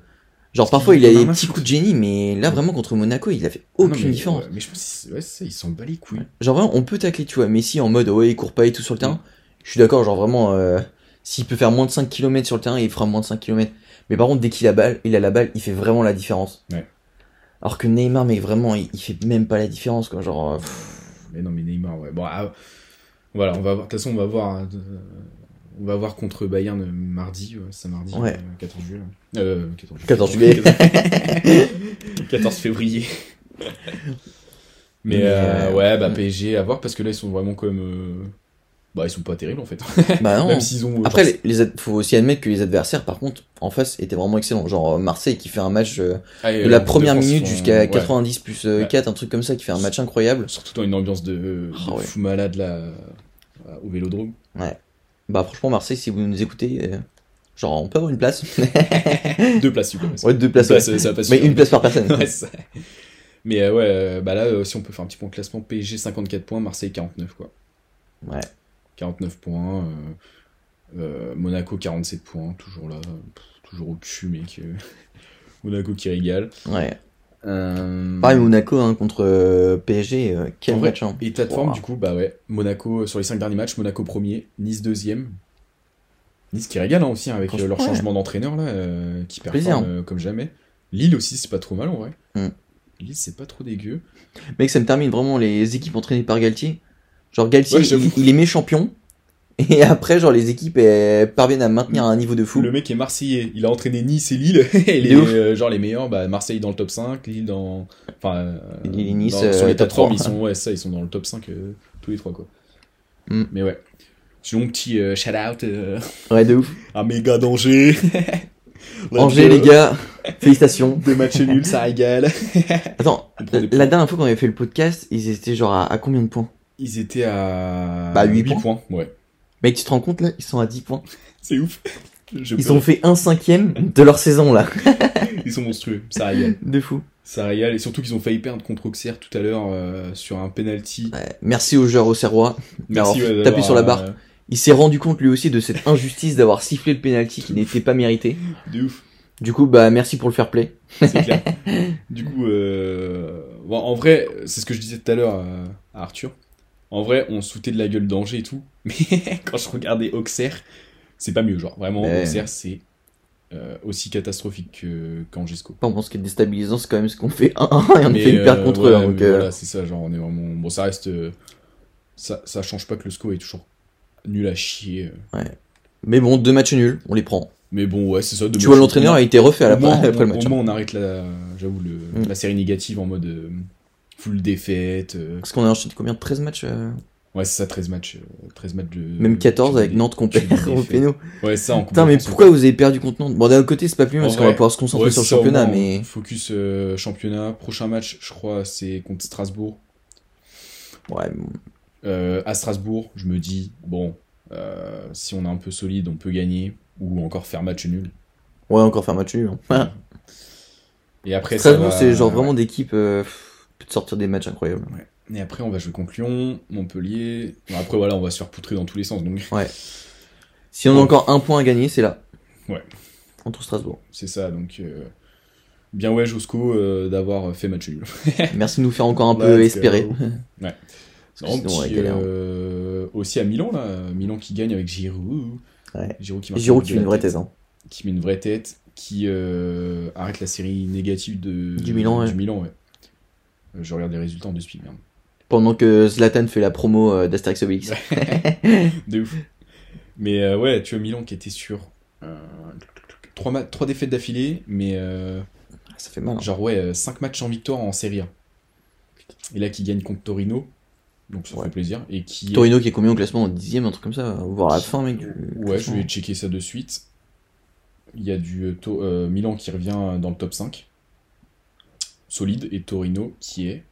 A: Genre
B: Parce
A: parfois,
B: qu'il
A: il a
B: donne
A: des
B: un
A: petits
B: insulte.
A: coups de génie, mais là vraiment contre Monaco, il a fait aucune
B: ah non, mais,
A: différence.
B: ouais, mais je pense que c'est- ouais, c'est ça, ils s'en bat les couilles.
A: Genre vraiment, on peut tacler, tu vois, Messi en mode ouais, il court pas et tout sur le terrain. Je suis d'accord, genre vraiment, euh, s'il peut faire moins de 5 km sur le terrain, il fera moins de 5 km. Mais par contre, dès qu'il a, balle, il a la balle, il fait vraiment la différence.
B: Ouais.
A: Alors que Neymar, mais vraiment, il, il fait même pas la différence, quoi. Genre, euh, pff,
B: Mais non, mais Neymar, ouais. Bon, ah, voilà, on va voir. De toute façon, on va voir. euh, on va voir contre Bayern euh, mardi, ouais, c'est mardi,
A: Ouais.
B: euh, 14 juillet. là. Euh, 14 juillet.
A: 14 juillet.
B: 14 février. Mais
A: Mais,
B: euh,
A: euh,
B: ouais, bah
A: ouais.
B: PSG à voir parce que là ils sont vraiment comme. euh, Bah ils sont pas terribles en fait.
A: bah non.
B: Même s'ils ont. euh,
A: Après,
B: genre,
A: les, les ad- faut aussi admettre que les adversaires, par contre, en face, étaient vraiment excellents. Genre euh, Marseille qui fait un match euh,
B: ah, et,
A: de
B: euh,
A: la
B: de
A: première
B: France, ils
A: minute
B: sont-
A: jusqu'à
B: ouais.
A: 90 plus euh,
B: Ouais.
A: 4, un truc comme ça, qui fait un match incroyable.
B: Surtout dans une ambiance de, de
A: Ah ouais.
B: fou malade là euh, au Vélodrome.
A: Bah franchement, Marseille, si vous nous écoutez, euh, genre on peut avoir une place.
B: Deux places du coup. parce que-
A: ouais, deux places.
B: Place,
A: ouais.
B: ça va pas
A: Mais
B: suffire.
A: une place par personne.
B: Ouais, c'est ça. Mais euh, ouais, euh, bah là, euh, si on peut faire un petit point de classement, PSG 54 points, Marseille 49 quoi.
A: Ouais.
B: 49 points, euh, euh, Monaco 47 points, toujours là, euh, pff, toujours au-dessus, mec. euh, Monaco qui régale.
A: Ouais.
B: Euh,
A: Pareil, Monaco hein, contre euh, PSG, euh, quel
B: En vrai,
A: match. hein.
B: État de forme,
A: Ouah.
B: du coup, bah ouais. Monaco, euh, sur les 5 derniers matchs, Monaco premier, Nice deuxième. Nice qui régale hein, aussi hein, avec euh, leur
A: Ouais.
B: changement d'entraîneur là, euh, qui
A: Plaisir.
B: performe euh, comme jamais. Lille aussi, c'est pas trop mal en vrai.
A: Hmm.
B: Lille, c'est pas trop dégueu.
A: Mec, ça me termine vraiment les équipes entraînées par Galtier. Genre, Galtier,
B: Ouais, j'avoue.
A: il, il est met champion. Et après, genre, les équipes elles parviennent à maintenir un niveau de fou.
B: Le mec est marseillais, il a entraîné Nice et Lille. et
A: De
B: les,
A: ouf.
B: euh, genre les meilleurs, bah, Marseille dans le top 5, Lille dans. Enfin, euh,
A: Lille et Nice,
B: dans- sur
A: euh,
B: l'état
A: top
B: de forme,
A: 3.
B: ils sont, ouais, ça, ils sont dans le top 5 euh, tous les trois quoi.
A: Hmm.
B: Mais ouais. Sinon, petit euh, shout out
A: Ouais, de ouf.
B: à mes gars d'Angers.
A: Angers, les gars, félicitations.
B: Deux matchs nuls, ça régale.
A: Attends,
B: On prend
A: la
B: des
A: la dernière fois qu'on avait fait le podcast, ils étaient genre à, à combien de points
B: Ils étaient à
A: Bah, huit
B: huit Ouais.
A: Mec, tu te rends compte là Ils sont à 10 points.
B: C'est ouf. Je
A: Ils
B: peux-
A: ont fait un cinquième de leur saison là.
B: Ils sont monstrueux. Ça régale.
A: De fou.
B: Ça régale. Et surtout qu'ils ont failli perdre contre Auxerre tout à l'heure euh, sur un penalty.
A: Merci au joueur au Serrois.
B: Merci.
A: Alors,
B: ouais,
A: tapez sur la
B: d'avoir, euh,
A: barre. Il s'est rendu compte lui aussi de cette injustice d'avoir sifflé le pénalty qui n'était pas mérité.
B: euh, de ouf.
A: Du coup, bah merci pour le fair play.
B: C'est clair. du coup, euh, bon, en vrai, c'est ce que je disais tout à l'heure euh, à Arthur. En vrai, on se foutait de la gueule d'Angers et tout. Mais quand je regardais Auxerre, c'est pas mieux. Genre, vraiment,
A: Ouais.
B: Auxerre, c'est euh, aussi catastrophique que- qu'Angesco.
A: Bon, bon, ce qui est déstabilisant, c'est quand même ce qu'on fait 1-1 et on fait une
B: euh,
A: paire contre
B: ouais,
A: eux. hein, donc,
B: mais
A: euh,
B: Voilà, c'est ça, genre, on est vraiment. Bon, ça reste. euh, Ça, ça change pas que le score est toujours nul à chier. euh.
A: Mais bon, deux matchs nuls, on les prend.
B: Mais bon, ouais, c'est ça. deux
A: Tu
B: matchs
A: vois,
B: nuls.
A: l'entraîneur a été refait à la
B: Au moins,
A: après le
B: on-
A: match. hein.
B: Au moins, on arrête la, j'avoue, le-
A: Mm.
B: la série négative en mode euh, full défaite. euh,
A: Parce qu'on a enchaîné combien 13 matchs euh,
B: Ouais, c'est ça, 13 matchs. euh, 13 matchs de.
A: Même 14 avec
B: des-
A: Nantes qu'on
B: tu
A: perd
B: des
A: au
B: défaites.
A: péno.
B: Ouais, ça, en Coupe
A: Putain,
B: de
A: mais
B: France,
A: pourquoi
B: ouais.
A: vous avez perdu contre Nantes Bon, d'un autre côté, c'est pas plus mal
B: En
A: parce qu'on
B: vrai,
A: va pouvoir se concentrer
B: Ouais,
A: sur le
B: ça, au
A: championnat,
B: moins,
A: mais.
B: Focus euh, championnat. Prochain match, je crois, c'est contre Strasbourg.
A: Ouais, bon.
B: Euh, à Strasbourg, je me dis, bon, euh, si on est un peu solide, on peut gagner ou encore faire match nul.
A: Ouais, encore faire match nul. hein.
B: Et après, ça
A: Strasbourg,
B: va-
A: c'est genre vraiment d'équipe euh, pff, peut te sortir des matchs incroyables.
B: Et après, on va jouer contre Lyon, Montpellier. Bon, après, voilà, on va se faire poutrer dans tous les sens. Donc,
A: Si on a
B: Ouais.
A: encore un point à gagner, c'est là.
B: Ouais.
A: Contre Strasbourg.
B: c'est ça. Donc, euh, bien ouais, Josco, euh, d'avoir fait match nul.
A: Merci de nous faire encore un peu
B: Let's
A: espérer.
B: go. Ouais.
A: Parce que sinon,
B: Non,
A: on hein. va
B: petit,
A: galérer.
B: euh, aussi à Milan, là. Milan qui gagne avec Giroud.
A: Ouais.
B: Giroud qui, marque
A: Giroud
B: but
A: qui
B: de
A: fait
B: la
A: une vraie
B: tête,
A: thèse. hein.
B: Qui met une vraie tête. Qui euh, arrête la série négative de,
A: Du Milan, ouais.
B: du Milan, ouais. Euh, Je regarde les résultats en deux speed, merde.
A: Pendant que Zlatan fait la promo euh, d'Astérix Obélix.
B: De ouf. Mais euh, ouais, tu vois, Milan qui était sur euh, trois, ma- trois défaites d'affilée, mais euh,
A: Ça fait mal. hein.
B: genre ouais, euh, cinq matchs en victoire en Serie A. Et là, qui gagne contre Torino, donc ça
A: Ouais.
B: fait plaisir. Et qui euh,
A: Torino qui est combien au classement En dixième, un truc comme ça, voire à la fin, mec. du
B: Ouais, je
A: classement.
B: vais checker ça de suite. Il y a du euh, To- euh, Milan qui revient dans le top 5. Solide. Et Torino qui est.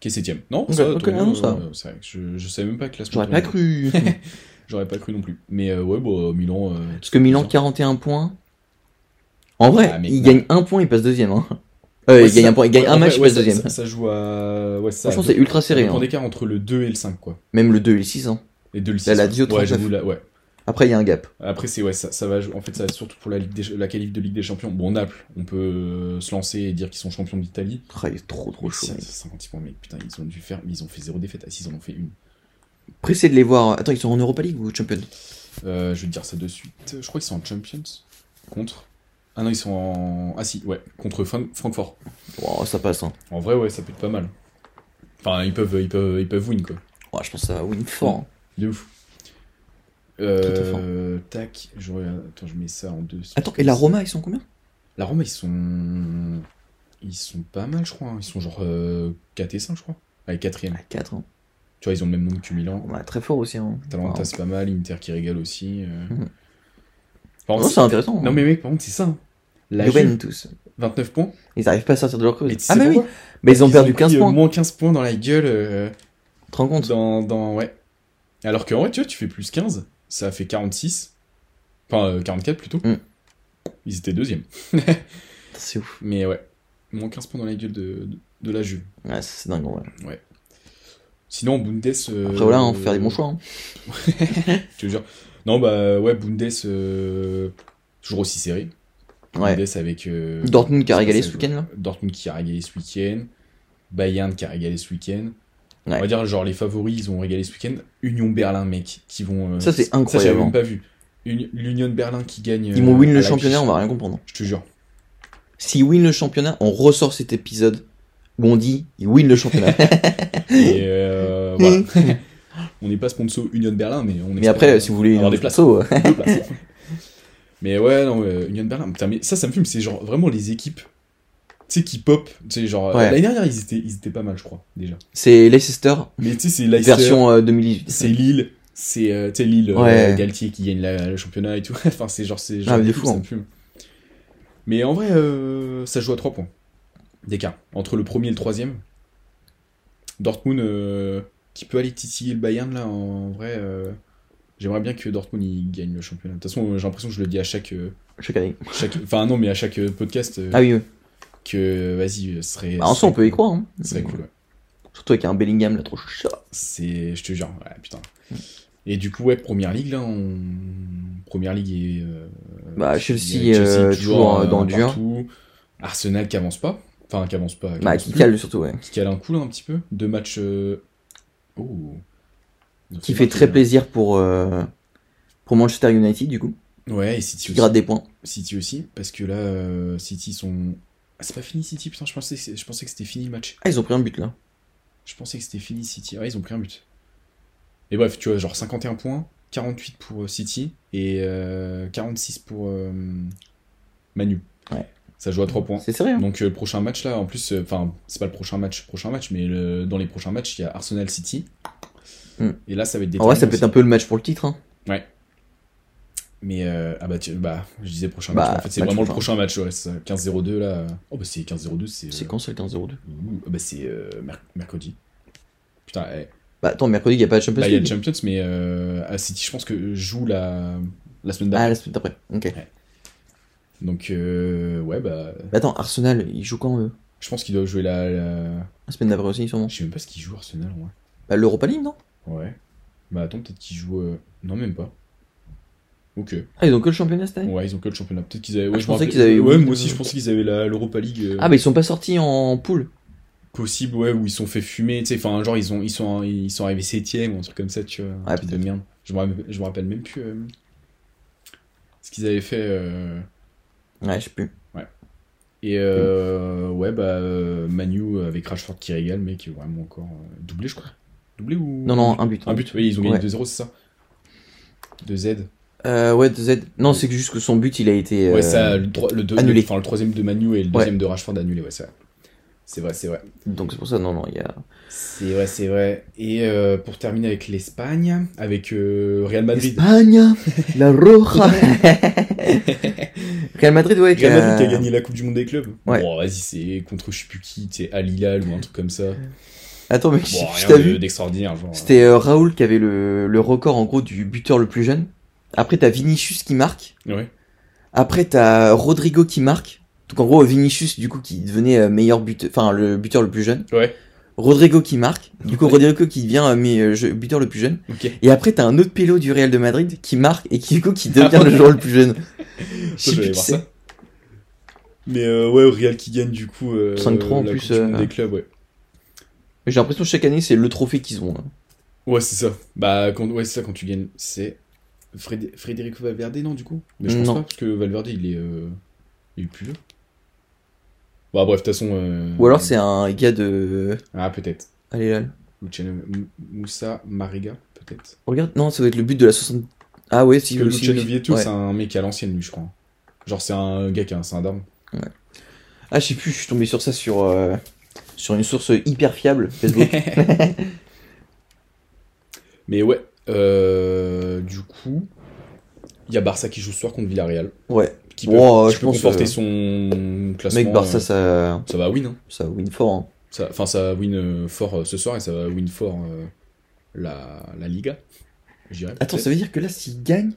B: Qui est 7ème. Non,
A: Ok, ok,
B: Torino,
A: non, ça.
B: euh, c'est vrai que je, je savais même pas que la
A: J'aurais pas cru. Parce
B: J'aurais pas cru non plus. Mais euh, ouais, bah, Milan. euh,
A: que Milan,
B: Bizarre.
A: 41 points. En vrai,
B: Ah, mais-
A: il gagne un point, il passe deuxième. Hein. Euh,
B: ouais,
A: il gagne
B: ça-
A: un point, il gagne
B: ouais,
A: un
B: en
A: match,
B: vrai,
A: il
B: ouais,
A: passe
B: ça-
A: deuxième.
B: Ça, ça joue à. Ouais, ça.
A: Franchement, c'est ultra serré.
B: On
A: hein.
B: d'écart entre le 2 et le 5, quoi.
A: Même le 2 et le 6. hein.
B: Et 2 le 6.
A: La Lazio,
B: ouais,
A: 39.
B: j'avoue, là, ouais.
A: Après, il y a un gap.
B: Après, c'est ouais, ça, ça va. jou- En fait, ça va être surtout pour la, Ligue des- la qualif de Ligue des Champions. Bon, Naples, on peut euh, se lancer et dire qu'ils sont champions d'Italie.
A: Ah, il est trop trop
B: Mais
A: chaud.
B: c'est-
A: mec.
B: c'est 56 points, mec. Putain, ils ont dû faire. Mais ils ont fait zéro défaite. Ah, si, ils en ont fait une.
A: Pressé de les voir. Attends, ils sont en Europa League ou Champions
B: Euh, je vais te dire ça de suite. Je crois qu'ils sont en Champions. Contre. Ah non, ils sont en. Ah si, ouais. Contre Fran- Francfort.
A: Wow, ça passe. Hein.
B: En vrai, ouais, ça peut être pas mal. Enfin, ils peuvent, ils peuvent, ils peuvent win, quoi.
A: Ouah, Oh, je pense que ça va win fort. hein.
B: De ouf.
A: Très, très fort.
B: Euh, tac, je regarde. Attends, je mets ça en deux.
A: Attends, et la Roma, ils sont combien
B: La Rome, ils sont. Ils sont pas mal, je crois. hein. Ils sont genre euh, 4 et 5, je crois. Allez, 4
A: À 4. Hein.
B: Tu vois, ils ont le même nombre que Milan.
A: Ouais, très fort aussi. Hein.
B: Talenta,
A: Wow.
B: c'est pas mal. Inter qui régale aussi. euh.
A: Mhm. Oh,
B: Par
A: Non,
B: contre,
A: c'est intéressant.
B: non, mais mec, par contre, c'est ça. hein. La Juve,
A: Juventus.
B: 29 points.
A: Ils arrivent pas à sortir de leur creuse.
B: Et tu sais
A: Ah, mais oui.
B: pourquoi
A: Mais ils ont perdu
B: pris,
A: 15
B: euh,
A: points.
B: Moins 15 points dans la gueule. euh,
A: Tu te rends compte
B: dans, dans- Ouais. Alors que, en vrai, tu vois, tu fais plus 15. Ça fait 46. Enfin, euh, 44 plutôt.
A: Mhm.
B: Ils étaient deuxième.
A: C'est ouf.
B: Mais ouais. Moins 15 points dans la gueule de, de, de la Juve.
A: Ouais, c'est dingue. ouais.
B: Sinon, Bundes. euh,
A: Après, voilà, on peut faire des bons choix. hein.
B: Je te jure. Non, bah ouais, Bundes, euh, toujours aussi serré.
A: Ouais.
B: Mendes avec. euh,
A: Dortmund qui a
B: ça,
A: régalé
B: ça, Euh,
A: ce week-end, là
B: Dortmund qui a régalé ce week-end. Bayern qui a régalé ce week-end.
A: Ouais.
B: On va dire, genre, les favoris, ils ont régalé ce week-end. Union Berlin, mec, qui vont. euh,
A: Ça, c'est
B: Ça, j'avais
A: incroyable.
B: même pas vu. Uni- L'Union de Berlin qui gagne.
A: Ils
B: euh,
A: vont win
B: à
A: le
B: la
A: championnat, hein.
B: Kish.
A: on va rien comprendre.
B: Je te jure.
A: S'ils win le championnat, on ressort cet épisode où on dit ils win le championnat.
B: Et euh, voilà. On n'est pas sponsor Union Berlin, mais on
A: Mais après, si vous voulez
B: avoir
A: un
B: des places.
A: perso, euh,
B: Deux places. bah, mais ouais, non, euh, Union Berlin. Putain, mais ça, ça me fume. C'est genre vraiment les équipes, tu sais, qui pop. Tu sais, genre euh,
A: Ouais.
B: l'année dernière, ils étaient, ils étaient pas mal, je crois, déjà.
A: c'est Leicester
B: Mais tu sais, c'est Leicester,
A: version euh, 2018.
B: c'est Lille, c'est euh, tu sais Lille, euh,
A: Ouais.
B: Galtier qui gagne la- le championnat et tout. enfin, c'est genre c'est genre
A: mais de
B: d'équipe,
A: fou,
B: ça
A: hein.
B: me fume. Mais en vrai, euh, ça joue à 3 points d'écart entre le premier et le troisième. Dortmund euh, qui peut aller titiller le Bayern là en vrai. euh, J'aimerais bien que Dortmund il gagne le championnat. De toute façon, euh, j'ai l'impression que je le dis à chaque, euh,
A: Chaque année.
B: chaque, enfin non, mais à chaque euh, podcast euh,
A: Ah oui, oui.
B: que euh, vas-y, euh, ce serait.
A: Bah, en
B: ce
A: soi, on
B: serait
A: peut y
B: cool.
A: croire. hein.
B: Ce serait cool. ouais.
A: Surtout avec un Bellingham là trop chaud.
B: C'est, je te jure, ouais, putain.
A: Mm.
B: Et du coup, ouais, première ligue, là, on... première ligue et. euh,
A: Bah, Chelsea,
B: et
A: euh, toujours, euh,
B: euh,
A: dans
B: un
A: le dur.
B: partout. Arsenal qui avance pas. Enfin, qui avance pas. Qui,
A: Bah,
B: avance
A: qui
B: plus.
A: cale surtout, ouais.
B: Qui cale un coup, là, un petit peu. Deux matchs. euh, Oh.
A: Qui
B: C'est
A: fait
B: parti,
A: très
B: là.
A: plaisir pour, euh, pour Manchester United, du coup.
B: Ouais, et City
A: Qui
B: aussi.
A: gratte des points.
B: City aussi, parce que là, euh, City sont. Ah, c'est pas fini City, putain, je pensais, que c'est- je pensais que c'était fini le match.
A: Ah, ils ont pris un but là.
B: Je pensais que c'était fini City. Ouais, ils ont pris un but. Et bref, tu vois, genre 51 points, 48 pour euh, City et euh, 46 pour euh, Manu.
A: Ouais.
B: Ça joue à 3 points.
A: C'est sérieux. hein.
B: Donc euh, prochain match là, en plus, euh, enfin c'est pas le prochain match, prochain match, mais le- dans les prochains matchs il y a Arsenal City.
A: Mm.
B: Et là ça va être
A: En vrai, ça
B: déterminant
A: peut être un peu le match pour le titre. Hein.
B: mais euh, ah bah, tu- bah, je disais prochain
A: Bah,
B: match. mais En fait, c'est
A: match
B: vraiment le
A: prochain.
B: prochain match. Ouais, c'est ça, 15-0-2 là. Oh bah c'est 15-0-2, c'est.
A: C'est
B: euh,
A: quand ça le 15-02
B: ouh, ah, bah, c'est euh, merc- mercredi. Putain, eh,
A: Bah, attends, mercredi, il n'y a pas de Champions
B: bah, il y a le
A: League.
B: Champions, mais euh, à City, je pense que joue la, la semaine
A: Ah,
B: d'après.
A: la semaine d'après. Ok.
B: Donc, euh, ouais, bah,
A: Bah, attends, Arsenal, ils jouent quand eux
B: je pense qu'il doit jouer la, la-
A: La semaine d'après aussi, sûrement.
B: Je sais même pas ce qu'il joue, Arsenal, en vrai.
A: Bah, l'Europa League, non
B: Ouais. Bah, attends, peut-être qu'il joue. euh, Non, même pas. Ok.
A: Ah, ils ont que le championnat cette année
B: Ouais, ils ont que le championnat. Peut-être qu'ils avaient. Ouais,
A: Ah, je
B: me
A: pensais
B: rappelais-
A: qu'ils avaient-
B: Ouais, moi aussi, je pensais qu'ils avaient la- l'Europa League. euh,
A: Ah, bah, ils sont pas sortis en poule.
B: Possible, ouais, où ils se sont fait fumer. Tu sais, enfin, genre, ils, ont, ils, sont, ils sont arrivés 7ème ou un truc comme ça, tu vois. Un
A: Ouais,
B: truc de
A: peut-être.
B: merde. Je me, rappelle, je me rappelle même plus euh, ce qu'ils avaient fait. euh,
A: Ouais, je sais plus.
B: Et euh, ouais, bah, euh, Manu avec Rashford qui régale, mais qui est vraiment encore euh, doublé, je crois. Doublé ou.
A: Non, non, un but. hein.
B: Un but, oui, ils ont gagné
A: Ouais.
B: 2-0, c'est ça 2-Z.
A: Euh, ouais, Z. Non, c'est que juste que son but, il a été. euh,
B: Ouais, ça, le, dro- le deux-
A: annulé.
B: enfin, le troisième de Manu et le deuxième de Rashford annulé, ouais, c'est vrai. C'est vrai, c'est vrai.
A: Donc, c'est pour ça, non, non, il y a.
B: C'est vrai, c'est vrai. Et euh, pour terminer avec l'Espagne, avec euh, Real Madrid.
A: Espagne, la Roja. Real Madrid, ouais.
B: Real Madrid qui a
A: euh,
B: gagné la Coupe du Monde des clubs.
A: Ouais.
B: Bon, vas-y, c'est contre je sais plus qui, c'est Al Hilal ou un truc comme ça.
A: Attends, mais je
B: Bon,
A: sais plus si
B: rien
A: t'as
B: de-
A: vu.
B: d'extraordinaire, genre. hein.
A: C'était euh, Raoul qui avait le, le record, en gros, du buteur le plus jeune. Après, t'as Vinicius qui marque.
B: Ouais.
A: Après, t'as Rodrigo qui marque. Donc, en gros, Vinicius, du coup, qui devenait euh, meilleur buteur, enfin, le buteur le plus jeune.
B: Ouais.
A: Rodrigo qui marque. Du coup,
B: Ouais.
A: Rodrigo qui devient euh, mais, euh, je- buteur le plus jeune.
B: Ok.
A: Et après, t'as un autre pélo du Real de Madrid qui marque et qui, du coup, qui devient le joueur le plus jeune. Je
B: Ça,
A: sais
B: je vais
A: plus
B: aller
A: qui
B: voir
A: c'est.
B: ça. Mais euh, ouais, Real qui gagne du coup. euh,
A: 5-3 en
B: la
A: plus,
B: Coupe du Monde
A: euh,
B: des clubs, ouais.
A: J'ai l'impression que chaque année, c'est le trophée qu'ils ont. hein.
B: Ouais, c'est ça. Bah, quand, ouais, c'est ça quand tu gagnes. C'est Fréd- Federico Valverde, non, du coup Mais je pense
A: Non.
B: pas, parce que Valverde, il est, euh, il est plus vieux. Bah, bref, de toute façon. euh,
A: Ou alors, c'est un gars de. euh,
B: Ah, peut-être.
A: Allez là.
B: Luciano M- Moussa Mariga, peut-être.
A: Regarde, non, ça doit être le but de la 60. Ah ouais, si
B: Parce que
A: aussi,
B: Luciano
A: oui.
B: Vietto,
A: Ouais.
B: c'est un mec à l'ancienne, lui, je crois. Genre, c'est un gars qui a un syndrome.
A: Ah, je sais plus, je suis tombé sur ça sur, euh, sur une source hyper fiable, Facebook.
B: Mais ouais, euh, du coup, il y a Barça qui joue ce soir contre Villarreal.
A: ouais,
B: Qui peut,
A: Wow,
B: qui
A: je
B: peut
A: pense,
B: conforter
A: euh,
B: son classement.
A: mec, Barça,
B: euh,
A: ça,
B: ça va win, hein.
A: ça win fort. hein.
B: Ça- Enfin, ça, win euh, fort euh, ce soir et ça va win fort euh, la, la Liga. je dirais,
A: Attends,
B: peut-être.
A: ça veut dire que là, s'il gagne.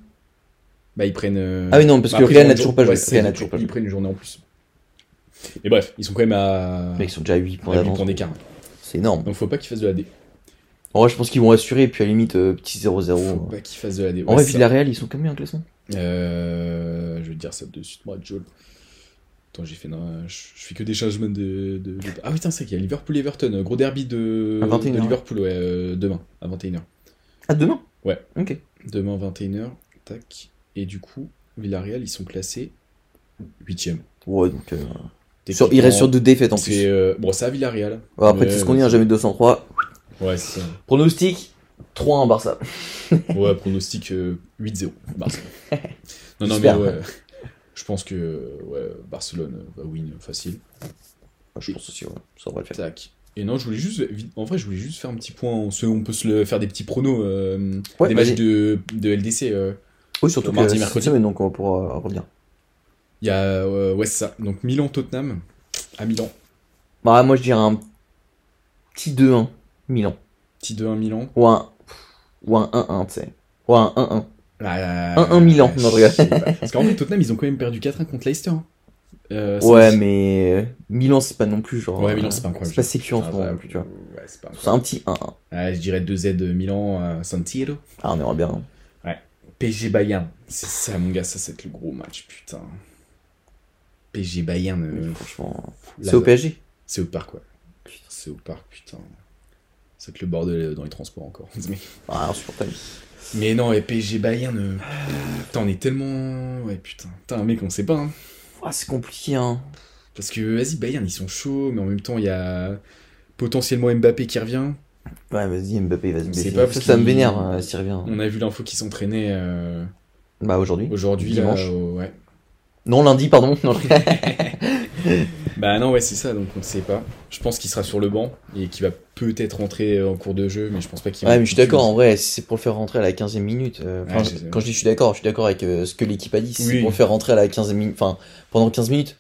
B: Bah, ils prennent. euh,
A: Ah oui, non, parce
B: bah,
A: que
B: après,
A: Real
B: ils
A: n'a
B: ont-
A: toujours pas joué.
B: ouais, c'est-
A: Real n'a toujours pas
B: Ils
A: joué.
B: prennent une journée en plus. Et bref, ils sont quand même à.
A: Mais ils sont déjà à 8 points
B: à Ah. huit
A: d'avance.
B: points d'écart.
A: C'est énorme.
B: Donc, faut pas qu'ils fassent de la D.
A: En vrai, je pense qu'ils vont assurer, et puis à la limite, euh, petit 0-0.
B: Faut
A: euh.
B: pas qu'ils fassent de la D.
A: En
B: Ouais,
A: vrai,
B: c'est ça.
A: Villarreal, ils sont combien en classement
B: Euh, je vais te dire ça de suite, moi, Joel. Attends, j'ai fait, non, je je fais que des changements de. de- de- Ah, putain, c'est vrai qu'il y a Liverpool-Everton, euh, gros derby de,
A: À 21
B: de
A: heures.
B: Liverpool, ouais, euh, demain, à 21h.
A: Ah, demain
B: Ouais.
A: Ok.
B: Demain, 21h, tac. Et du coup, Villarreal, ils sont classés 8ème.
A: Ouais, donc. euh, sur- il reste sur deux défaites en plus.
B: bon, c'est à Villarreal.
A: Ouais, après
B: Ouais,
A: tout ce qu'on
B: ouais.
A: dit, hein, jamais 203.
B: Ouais, c'est ça.
A: Pronostic 3-1 Barça.
B: Ouais, pronostic euh, 8-0. Barcelone. non, non, mais
A: J'espère.
B: ouais. Je pense que euh, ouais, Barcelone va win facile.
A: Ouais, Je pense aussi, ouais. ça on va le faire.
B: Tac. Et non, je voulais juste. vite- En vrai, je voulais juste faire un petit point. On, se- on peut se le, faire des petits pronos euh,
A: Ouais,
B: des
A: vas-y.
B: matchs de, de LDC. euh.
A: Oui, surtout
B: Mardi,
A: que
B: mercredi.
A: mercredi, mais donc on pourra revenir.
B: Il y a. euh, ouais, c'est ça. Donc Milan-Tottenham. À Milan.
A: Bah, moi je dirais un petit 2-1 Milan.
B: Petit 2-1 Milan.
A: Ou un, ou un 1-1, tu sais. Ou un 1-1.
B: Ah,
A: 1-1 Milan, non, je
B: je
A: rigole.
B: sais pas. Parce qu'en fait, Tottenham, ils ont quand même perdu 4-1 contre Leicester. hein. Euh,
A: Ouais,
B: samedi.
A: mais euh, Milan, c'est pas non plus genre.
B: Ouais, Milan,
A: euh,
B: c'est pas incroyable.
A: C'est pas sécu en ce
B: Ah,
A: moment
B: bah,
A: non plus, tu vois.
B: Ouais, c'est pas
A: C'est un petit 1-1.
B: Ah, je dirais 2Z de Milan à San Siro.
A: Ah, on ira bien. hein.
B: PSG Bayern. C'est ça, mon gars, ça, c'est le gros match, putain. PSG Bayern. euh,
A: Franchement.
B: là,
A: C'est au PSG.
B: C'est au parc, ouais. Putain, c'est au parc, putain. C'est que le bordel euh, dans les transports encore. Mais,
A: Ah, insupportable.
B: mais non, et PSG Bayern. euh, Putain, on est tellement. Ouais, putain. Putain, mec, on sait pas, hein.
A: Ouah, c'est compliqué, hein.
B: Parce que, vas-y, Bayern, ils sont chauds, mais en même temps, il y a potentiellement Mbappé qui revient.
A: Ouais, vas-y, Mbappé, vas-y.
B: C'est
A: vas-y.
B: pas
A: ça,
B: parce
A: ça me
B: qu'il- Mm.
A: vénère euh, s'il revient.
B: On a vu l'info qui s'entraînait euh,
A: Bah, aujourd'hui.
B: aujourd'hui. là,
A: Dimanche.
B: au- ouais.
A: Non, lundi, pardon. Non, je-
B: Bah non, ouais, c'est ça, donc on ne sait pas. Je pense qu'il sera sur le banc et qu'il va peut-être rentrer en cours de jeu, mais je pense pas qu'il
A: Ouais, mais je suis d'accord, en vrai, si c'est pour le faire rentrer à la 15 e minute. euh, enfin,
B: Ouais,
A: je-
B: c'est ça.
A: quand je dis je suis d'accord, je suis d'accord avec euh, ce que l'équipe a dit. Si
B: Oui.
A: c'est pour le faire rentrer à la 15 e minute, enfin, pendant 15 minutes,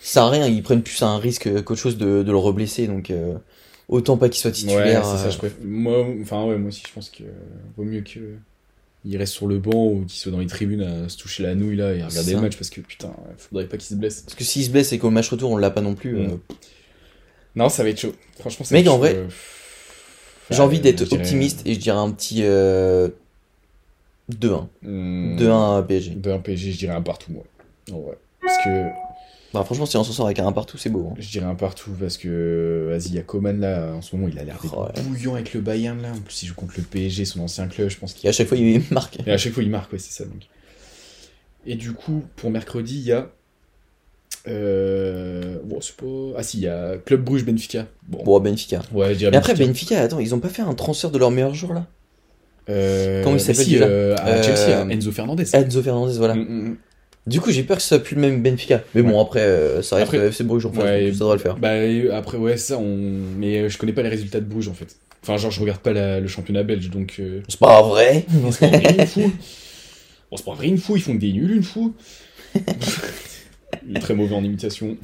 A: ça sert à rien, ils prennent plus un risque qu'autre chose de, de le reblesser, donc euh, autant pas qu'il soit
B: Ouais,
A: titulaire.
B: c'est ça, je
A: euh,
B: préfère. Moi, enfin, ouais, moi aussi, je pense que euh, vaut mieux que il reste sur le banc ou qu'il soit dans les tribunes à se toucher la nouille là et à
A: C'est
B: regarder
A: ça.
B: le match parce que putain, ouais, faudrait pas qu'il se blesse.
A: Parce que s'il se blesse et qu'au match retour on l'a pas non plus, euh,
B: Mm. Non, ça va être chaud. Franchement, ça
A: Mec,
B: va être
A: en
B: chaud,
A: vrai,
B: euh,
A: j'ai envie
B: ouais,
A: d'être
B: je dirais,
A: optimiste et je dirais un petit euh, 2-1.
B: hmm,
A: 2-1 à PSG.
B: De un PSG, je dirais un partout, moi. En vrai. Parce que
A: Bah, franchement, si on s'en sort avec un un partout, c'est beau. hein.
B: Je dirais un partout parce que, vas-y, il y a Coman là, en ce moment, il a l'air d'être
A: Oh, ouais.
B: bouillant avec le Bayern là. En plus, il joue contre le PSG, son ancien club, je pense
A: Et
B: qu'il
A: à chaque fois, il marque.
B: Et à chaque fois, il marque, ouais, c'est ça. Donc. Et du coup, pour mercredi, il y a. Euh... Bon, c'est pas. Ah si, il y a Club Bruges Benfica. Bon,
A: Bon, Benfica.
B: ouais, je dirais
A: Mais après,
B: Benfica.
A: Benfica, attends, ils ont pas fait un transfert de leur meilleur jour là
B: Euh,
A: comment il
B: mais
A: s'appelle
B: si,
A: déjà
B: euh, à
A: Euh,
B: Chelsea, hein, Enzo Fernandez.
A: Enzo Fernandez, voilà.
B: Mm, mm, mm.
A: Du coup, j'ai peur que ça pue le même Benfica. Mais bon, après, euh, ça reste
B: Après-
A: le FC Bruges en face,
B: Ouais,
A: donc ça devrait le faire.
B: Bah, et après, ouais, ça, on. Mais euh, je connais pas les résultats de Bruges en fait. Enfin, genre, je regarde pas la- le championnat belge donc. euh,
A: C'est pas vrai
B: On se prend rien, une fou. On se prend rien, une fou. Ils font des nuls, une fou. Il est très mauvais en imitation.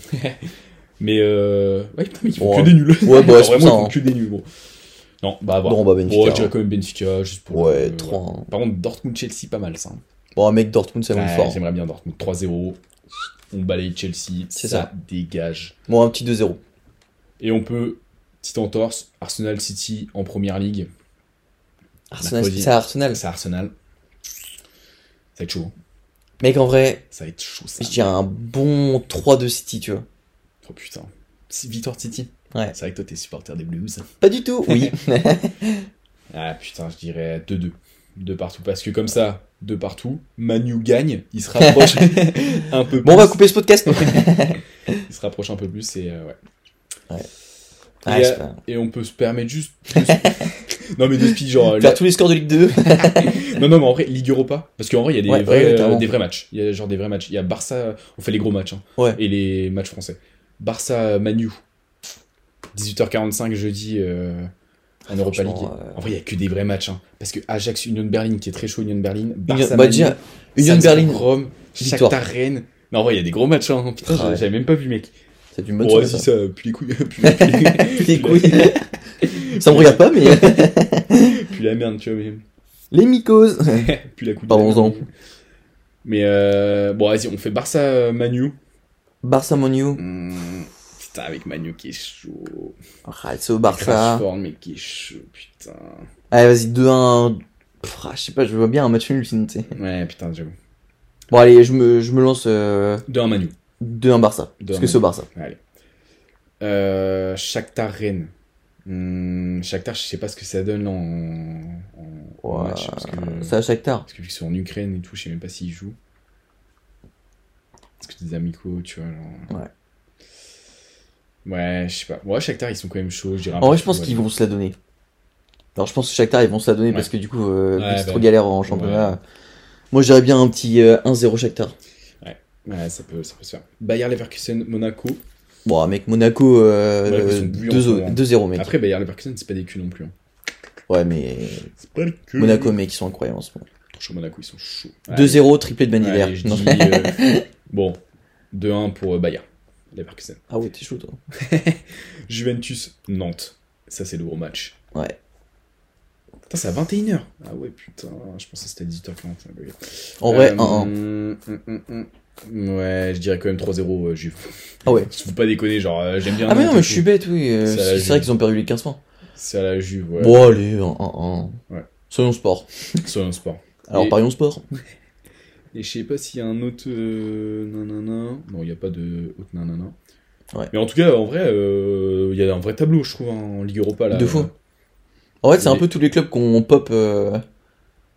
B: mais euh... ouais, putain, mais ils font
A: Ouais.
B: que des nuls.
A: Ouais, bah, c'est pour
B: vraiment, ils
A: ça,
B: font
A: hein.
B: que des nuls, gros. Non, bah, à voir.
A: Bon, bah,
B: Ouais,
A: Benfica.
B: je dirais quand même Benfica, juste pour.
A: Ouais,
B: le-
A: 3 1
B: Par contre, Dortmund-Chelsea, pas mal ça. hein.
A: Bon, mec, Dortmund, ça monte
B: Ouais,
A: fort.
B: J'aimerais bien Dortmund 3-0. On balaye Chelsea, ça,
A: C'est
B: dégage.
A: Bon, un petit 2-0.
B: Et on peut, petite entorse, Arsenal City en première ligue.
A: Arsenal,
B: Mercredi.
A: c'est à Arsenal.
B: C'est Arsenal. Ça va être chaud. hein.
A: Mec, en vrai,
B: Ça va être chaud. Ça.
A: je dirais un bon 3 2 City, tu vois.
B: Oh putain. Si- Victoire de City
A: Ouais.
B: C'est vrai que toi, t'es supporter des Blues.
A: Pas du tout, oui.
B: Ah putain, je dirais 2-2. 2 partout. Parce que comme ça, 2 partout, Manu gagne, il se rapproche un peu plus.
A: bon, on va couper ce podcast.
B: Il se rapproche un peu plus et euh, ouais.
A: Ah,
B: Et,
A: c'est
B: euh,
A: pas-
B: Et on peut se permettre juste. de se- non mais de speed, genre.
A: Faire tous les scores de Ligue 2.
B: la- Non, non, mais en vrai, Ligue Europa. Parce qu'en vrai, il y a des,
A: Ouais,
B: vrais,
A: ouais,
B: euh,
A: clairement.
B: des vrais matchs. Il y a genre des vrais matchs. Il y a Barça, on fait les gros matchs. hein,
A: Ouais.
B: Et les matchs français. Barça, Manu. 18h45 jeudi euh, en Europa League.
A: Franchement, euh,
B: En vrai, il n'y a que des vrais matchs. hein. Parce que Ajax, Union Berlin, qui est très chaud, Union Berlin.
A: Union,
B: Barça,
A: bah,
B: Manu,
A: déjà, Union
B: Salzbourg,
A: Berlin,
B: Rome,
A: victoire.
B: Shakhtar Rennes. Non, en vrai, il y a des gros matchs. Hein. Putain,
A: Ah ouais.
B: j'avais même pas vu, mec. Oh,
A: c'est une bonne
B: Bon,
A: soirée,
B: vas-y,
A: ça.
B: ça, puis les couilles. puis, puis-
A: Les couilles. ça me regarde pas, mais.
B: puis la merde, tu vois. Mais...
A: les mycoses.
B: puis la couille. de la
A: Parlons-en.
B: merde. Mais euh, bon, vas-y, on fait Barça, euh, Manu.
A: Barça Monu.
B: Hmm, Putain, avec Manu qui est chaud.
A: Ah, c'est au Barça.
B: Rashford, mais qui est chaud, putain.
A: Allez, vas-y, 2-1. Pff, ah, je sais pas, je vois bien un match nul, sinon, tu sais.
B: Ouais, putain, j'avoue.
A: Bon, allez, je me, je me lance euh,
B: 2-1 Manu.
A: 2-1 Barça.
B: Deux
A: Parce
B: un.
A: que ce Barça.
B: Allez. Euh, Shakhtar Rennes. Hmm, Shakhtar, je sais pas ce que ça donne en, en- en
A: Ouah,
B: match. Parce que,
A: Ça, à chaque tard.
B: parce que vu que c'est en Ukraine et tout, je sais même pas s'ils jouent. Parce que des amicaux, tu vois. Genre... Ouais. Ouais, je sais pas. Ouais, Shakhtar, ils sont quand même chauds. je dirais un
A: En vrai,
B: peu
A: je pense
B: chaud,
A: qu'ils
B: ouais.
A: vont se la donner. Alors, je pense que chaque tard, ils vont se la donner
B: Ouais.
A: parce que du coup, euh, vu
B: Ouais,
A: que c'est
B: bah,
A: trop galère en championnat. Moi, j'irais bien un petit euh, 1-0 chaque tard.
B: Ouais, ça peut, ça peut se faire. Bayer Leverkusen, Monaco.
A: Bon, mec, Monaco, euh,
B: Monaco, ils sont bouillants en ce moment.
A: 2-0, mec.
B: Après, Bayer Leverkusen, c'est pas des culs non plus. hein.
A: Ouais, mais
B: C'est pas le cul.
A: Monaco, mec, ils sont incroyables en ce moment.
B: Trop chaud, Monaco, ils sont chauds.
A: 2-0, triplé de
B: Allez,
A: Manilaire.
B: allez, je dis, euh, bon, 2-1 pour euh, Bayer Leverkusen.
A: Ah ouais, t'es chaud, toi.
B: Juventus, Nantes. Ça, c'est le gros match.
A: Ouais.
B: Putain, c'est à 21h. Ah ouais, putain, je pensais que c'était à 18h40. la gueule.
A: En vrai, Ah,
B: Euh,
A: 1-1.
B: mm, mm, mm, mm. Ouais, je dirais quand même 3-0 euh, Juve.
A: Ah ouais.
B: Faut pas déconner, genre, euh, j'aime bien.
A: Ah, mais non,
B: Nantes
A: mais
B: et
A: je
B: tout.
A: suis bête, oui. euh,
B: Ça,
A: C'est
B: je-
A: c'est vrai qu'ils ont perdu les 15 points.
B: C'est à la Juve, ouais.
A: Bon, allez, 1-1.
B: Ouais.
A: Soyons sport.
B: Soyons sport.
A: Alors,
B: Et-
A: parions sport.
B: Et je sais pas s'il y a un autre euh, nanana. Non, il n'y a pas de autre nanana.
A: Ouais.
B: Mais en tout cas, en vrai, euh, il y a un vrai tableau, je trouve, hein, en Ligue Europa. Là,
A: De fou. En fait, c'est un
B: Mais-
A: peu tous les clubs qu'on pop euh,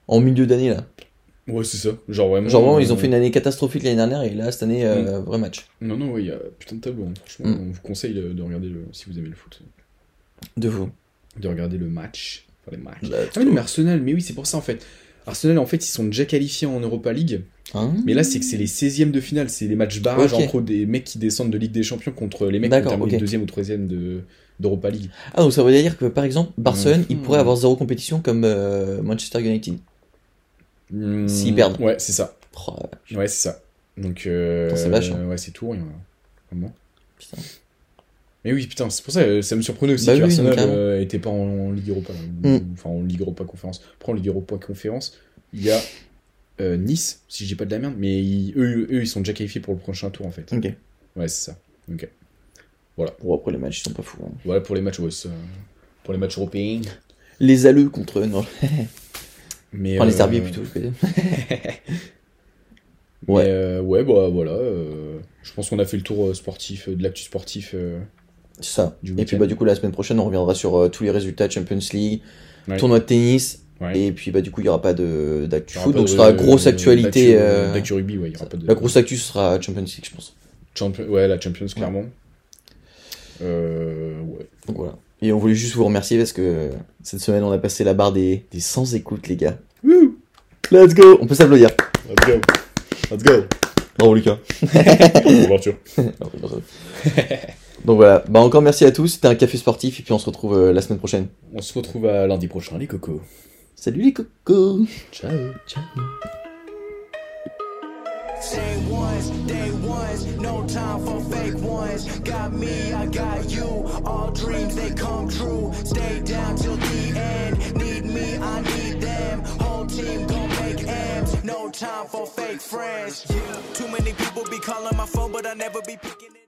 A: en milieu d'année là.
B: Ouais, c'est ça. Genre vraiment.
A: Genre vraiment, ils ont
B: euh,
A: fait une année catastrophique l'année dernière et là cette année
B: Mmh.
A: euh, vrai match.
B: Non, non, ouais, il y a putain de tableau. hein. Franchement,
A: Mm.
B: on vous conseille euh, de regarder le... si vous aimez le foot.
A: De fou. Hein
B: De regarder le match. Enfin, les matchs.
A: Let's
B: Ah oui,
A: go.
B: non, mais Arsenal, mais oui, c'est pour ça en fait. Arsenal, en fait, ils sont déjà qualifiés en Europa League.
A: Hein
B: Mais là, c'est que c'est les 16e de finale. C'est les matchs barrages
A: Ok.
B: entre des mecs qui descendent de Ligue des Champions contre les mecs qui
A: D'accord,
B: terminent
A: ok.
B: deuxième ou troisième de- d'Europa League.
A: Ah donc ça veut dire que par exemple Barcelone,
B: Mhm.
A: il pourrait avoir zéro compétition comme euh, Manchester United.
B: Hmm,
A: S'ils perdent.
B: Ouais, c'est ça.
A: Oh,
B: Ouais, c'est ça. Donc, euh,
A: Putain, c'est vache, hein.
B: ouais, c'est tout, rien. Vraiment.
A: putain.
B: Mais oui, putain, c'est pour ça, euh, ça me surprenait aussi
A: Bah oui,
B: que
A: Mm.
B: Arsenal
A: carrément.
B: euh, était pas en, en Ligue Europa, là, ou- enfin en Ligue Europa Conférence. Après, en Ligue Europa Conférence, il y a euh, Nice, si je dis pas de la merde, mais ils- eux, eux, ils sont déjà qualifiés pour le prochain tour en fait.
A: Ok.
B: Ouais, c'est ça. Ok.
A: Bon après les matchs ils sont pas fous. hein.
B: Voilà pour les matchs, ouais, c'est, euh, pour les matchs européens.
A: Les Alleux contre non.
B: Mais,
A: Enfin les
B: euh,
A: Serbiers plutôt. je veux dire.
B: mais,
A: Ouais.
B: euh, ouais, bah voilà. euh, je pense qu'on a fait le tour euh, sportif, euh, de l'actu sportif. euh,
A: C'est ça.
B: Du
A: et
B: week-end.
A: puis bah du coup la semaine prochaine on reviendra sur euh, tous les résultats de Champions League,
B: Ouais.
A: tournoi de tennis
B: Ouais.
A: et puis bah du coup il y aura pas de d'actu
B: Il y aura
A: foot
B: pas
A: donc
B: de-
A: ce sera grosse
B: d'actu-
A: actualité. euh,
B: D'actu rugby, ouais, il y aura pas de.
A: La grosse actu ce sera Champions League je pense.
B: Champion- ouais, la Champions, clairement. Euh, ouais.
A: Donc voilà. Et on voulait juste vous remercier parce que euh, cette semaine, on a passé la barre des, des 100 écoutes, les gars. Let's go On peut s'applaudir.
B: Let's go. Let's go.
A: Bravo, Lucas.
B: Bravo, Arthur.
A: Donc voilà. Bah, encore merci à tous. C'était un café sportif et puis on se retrouve euh, la semaine prochaine.
B: On se retrouve à lundi prochain, les cocos.
A: Salut les cocos
B: Ciao. Ciao.
D: Day ones, day ones, no time for fake ones. Got me, I got you. All dreams they come true. Stay down till the end. Need me, I need them. Whole team gon' make M's. No time for fake friends. Too many people be calling my phone, but I never be picking it.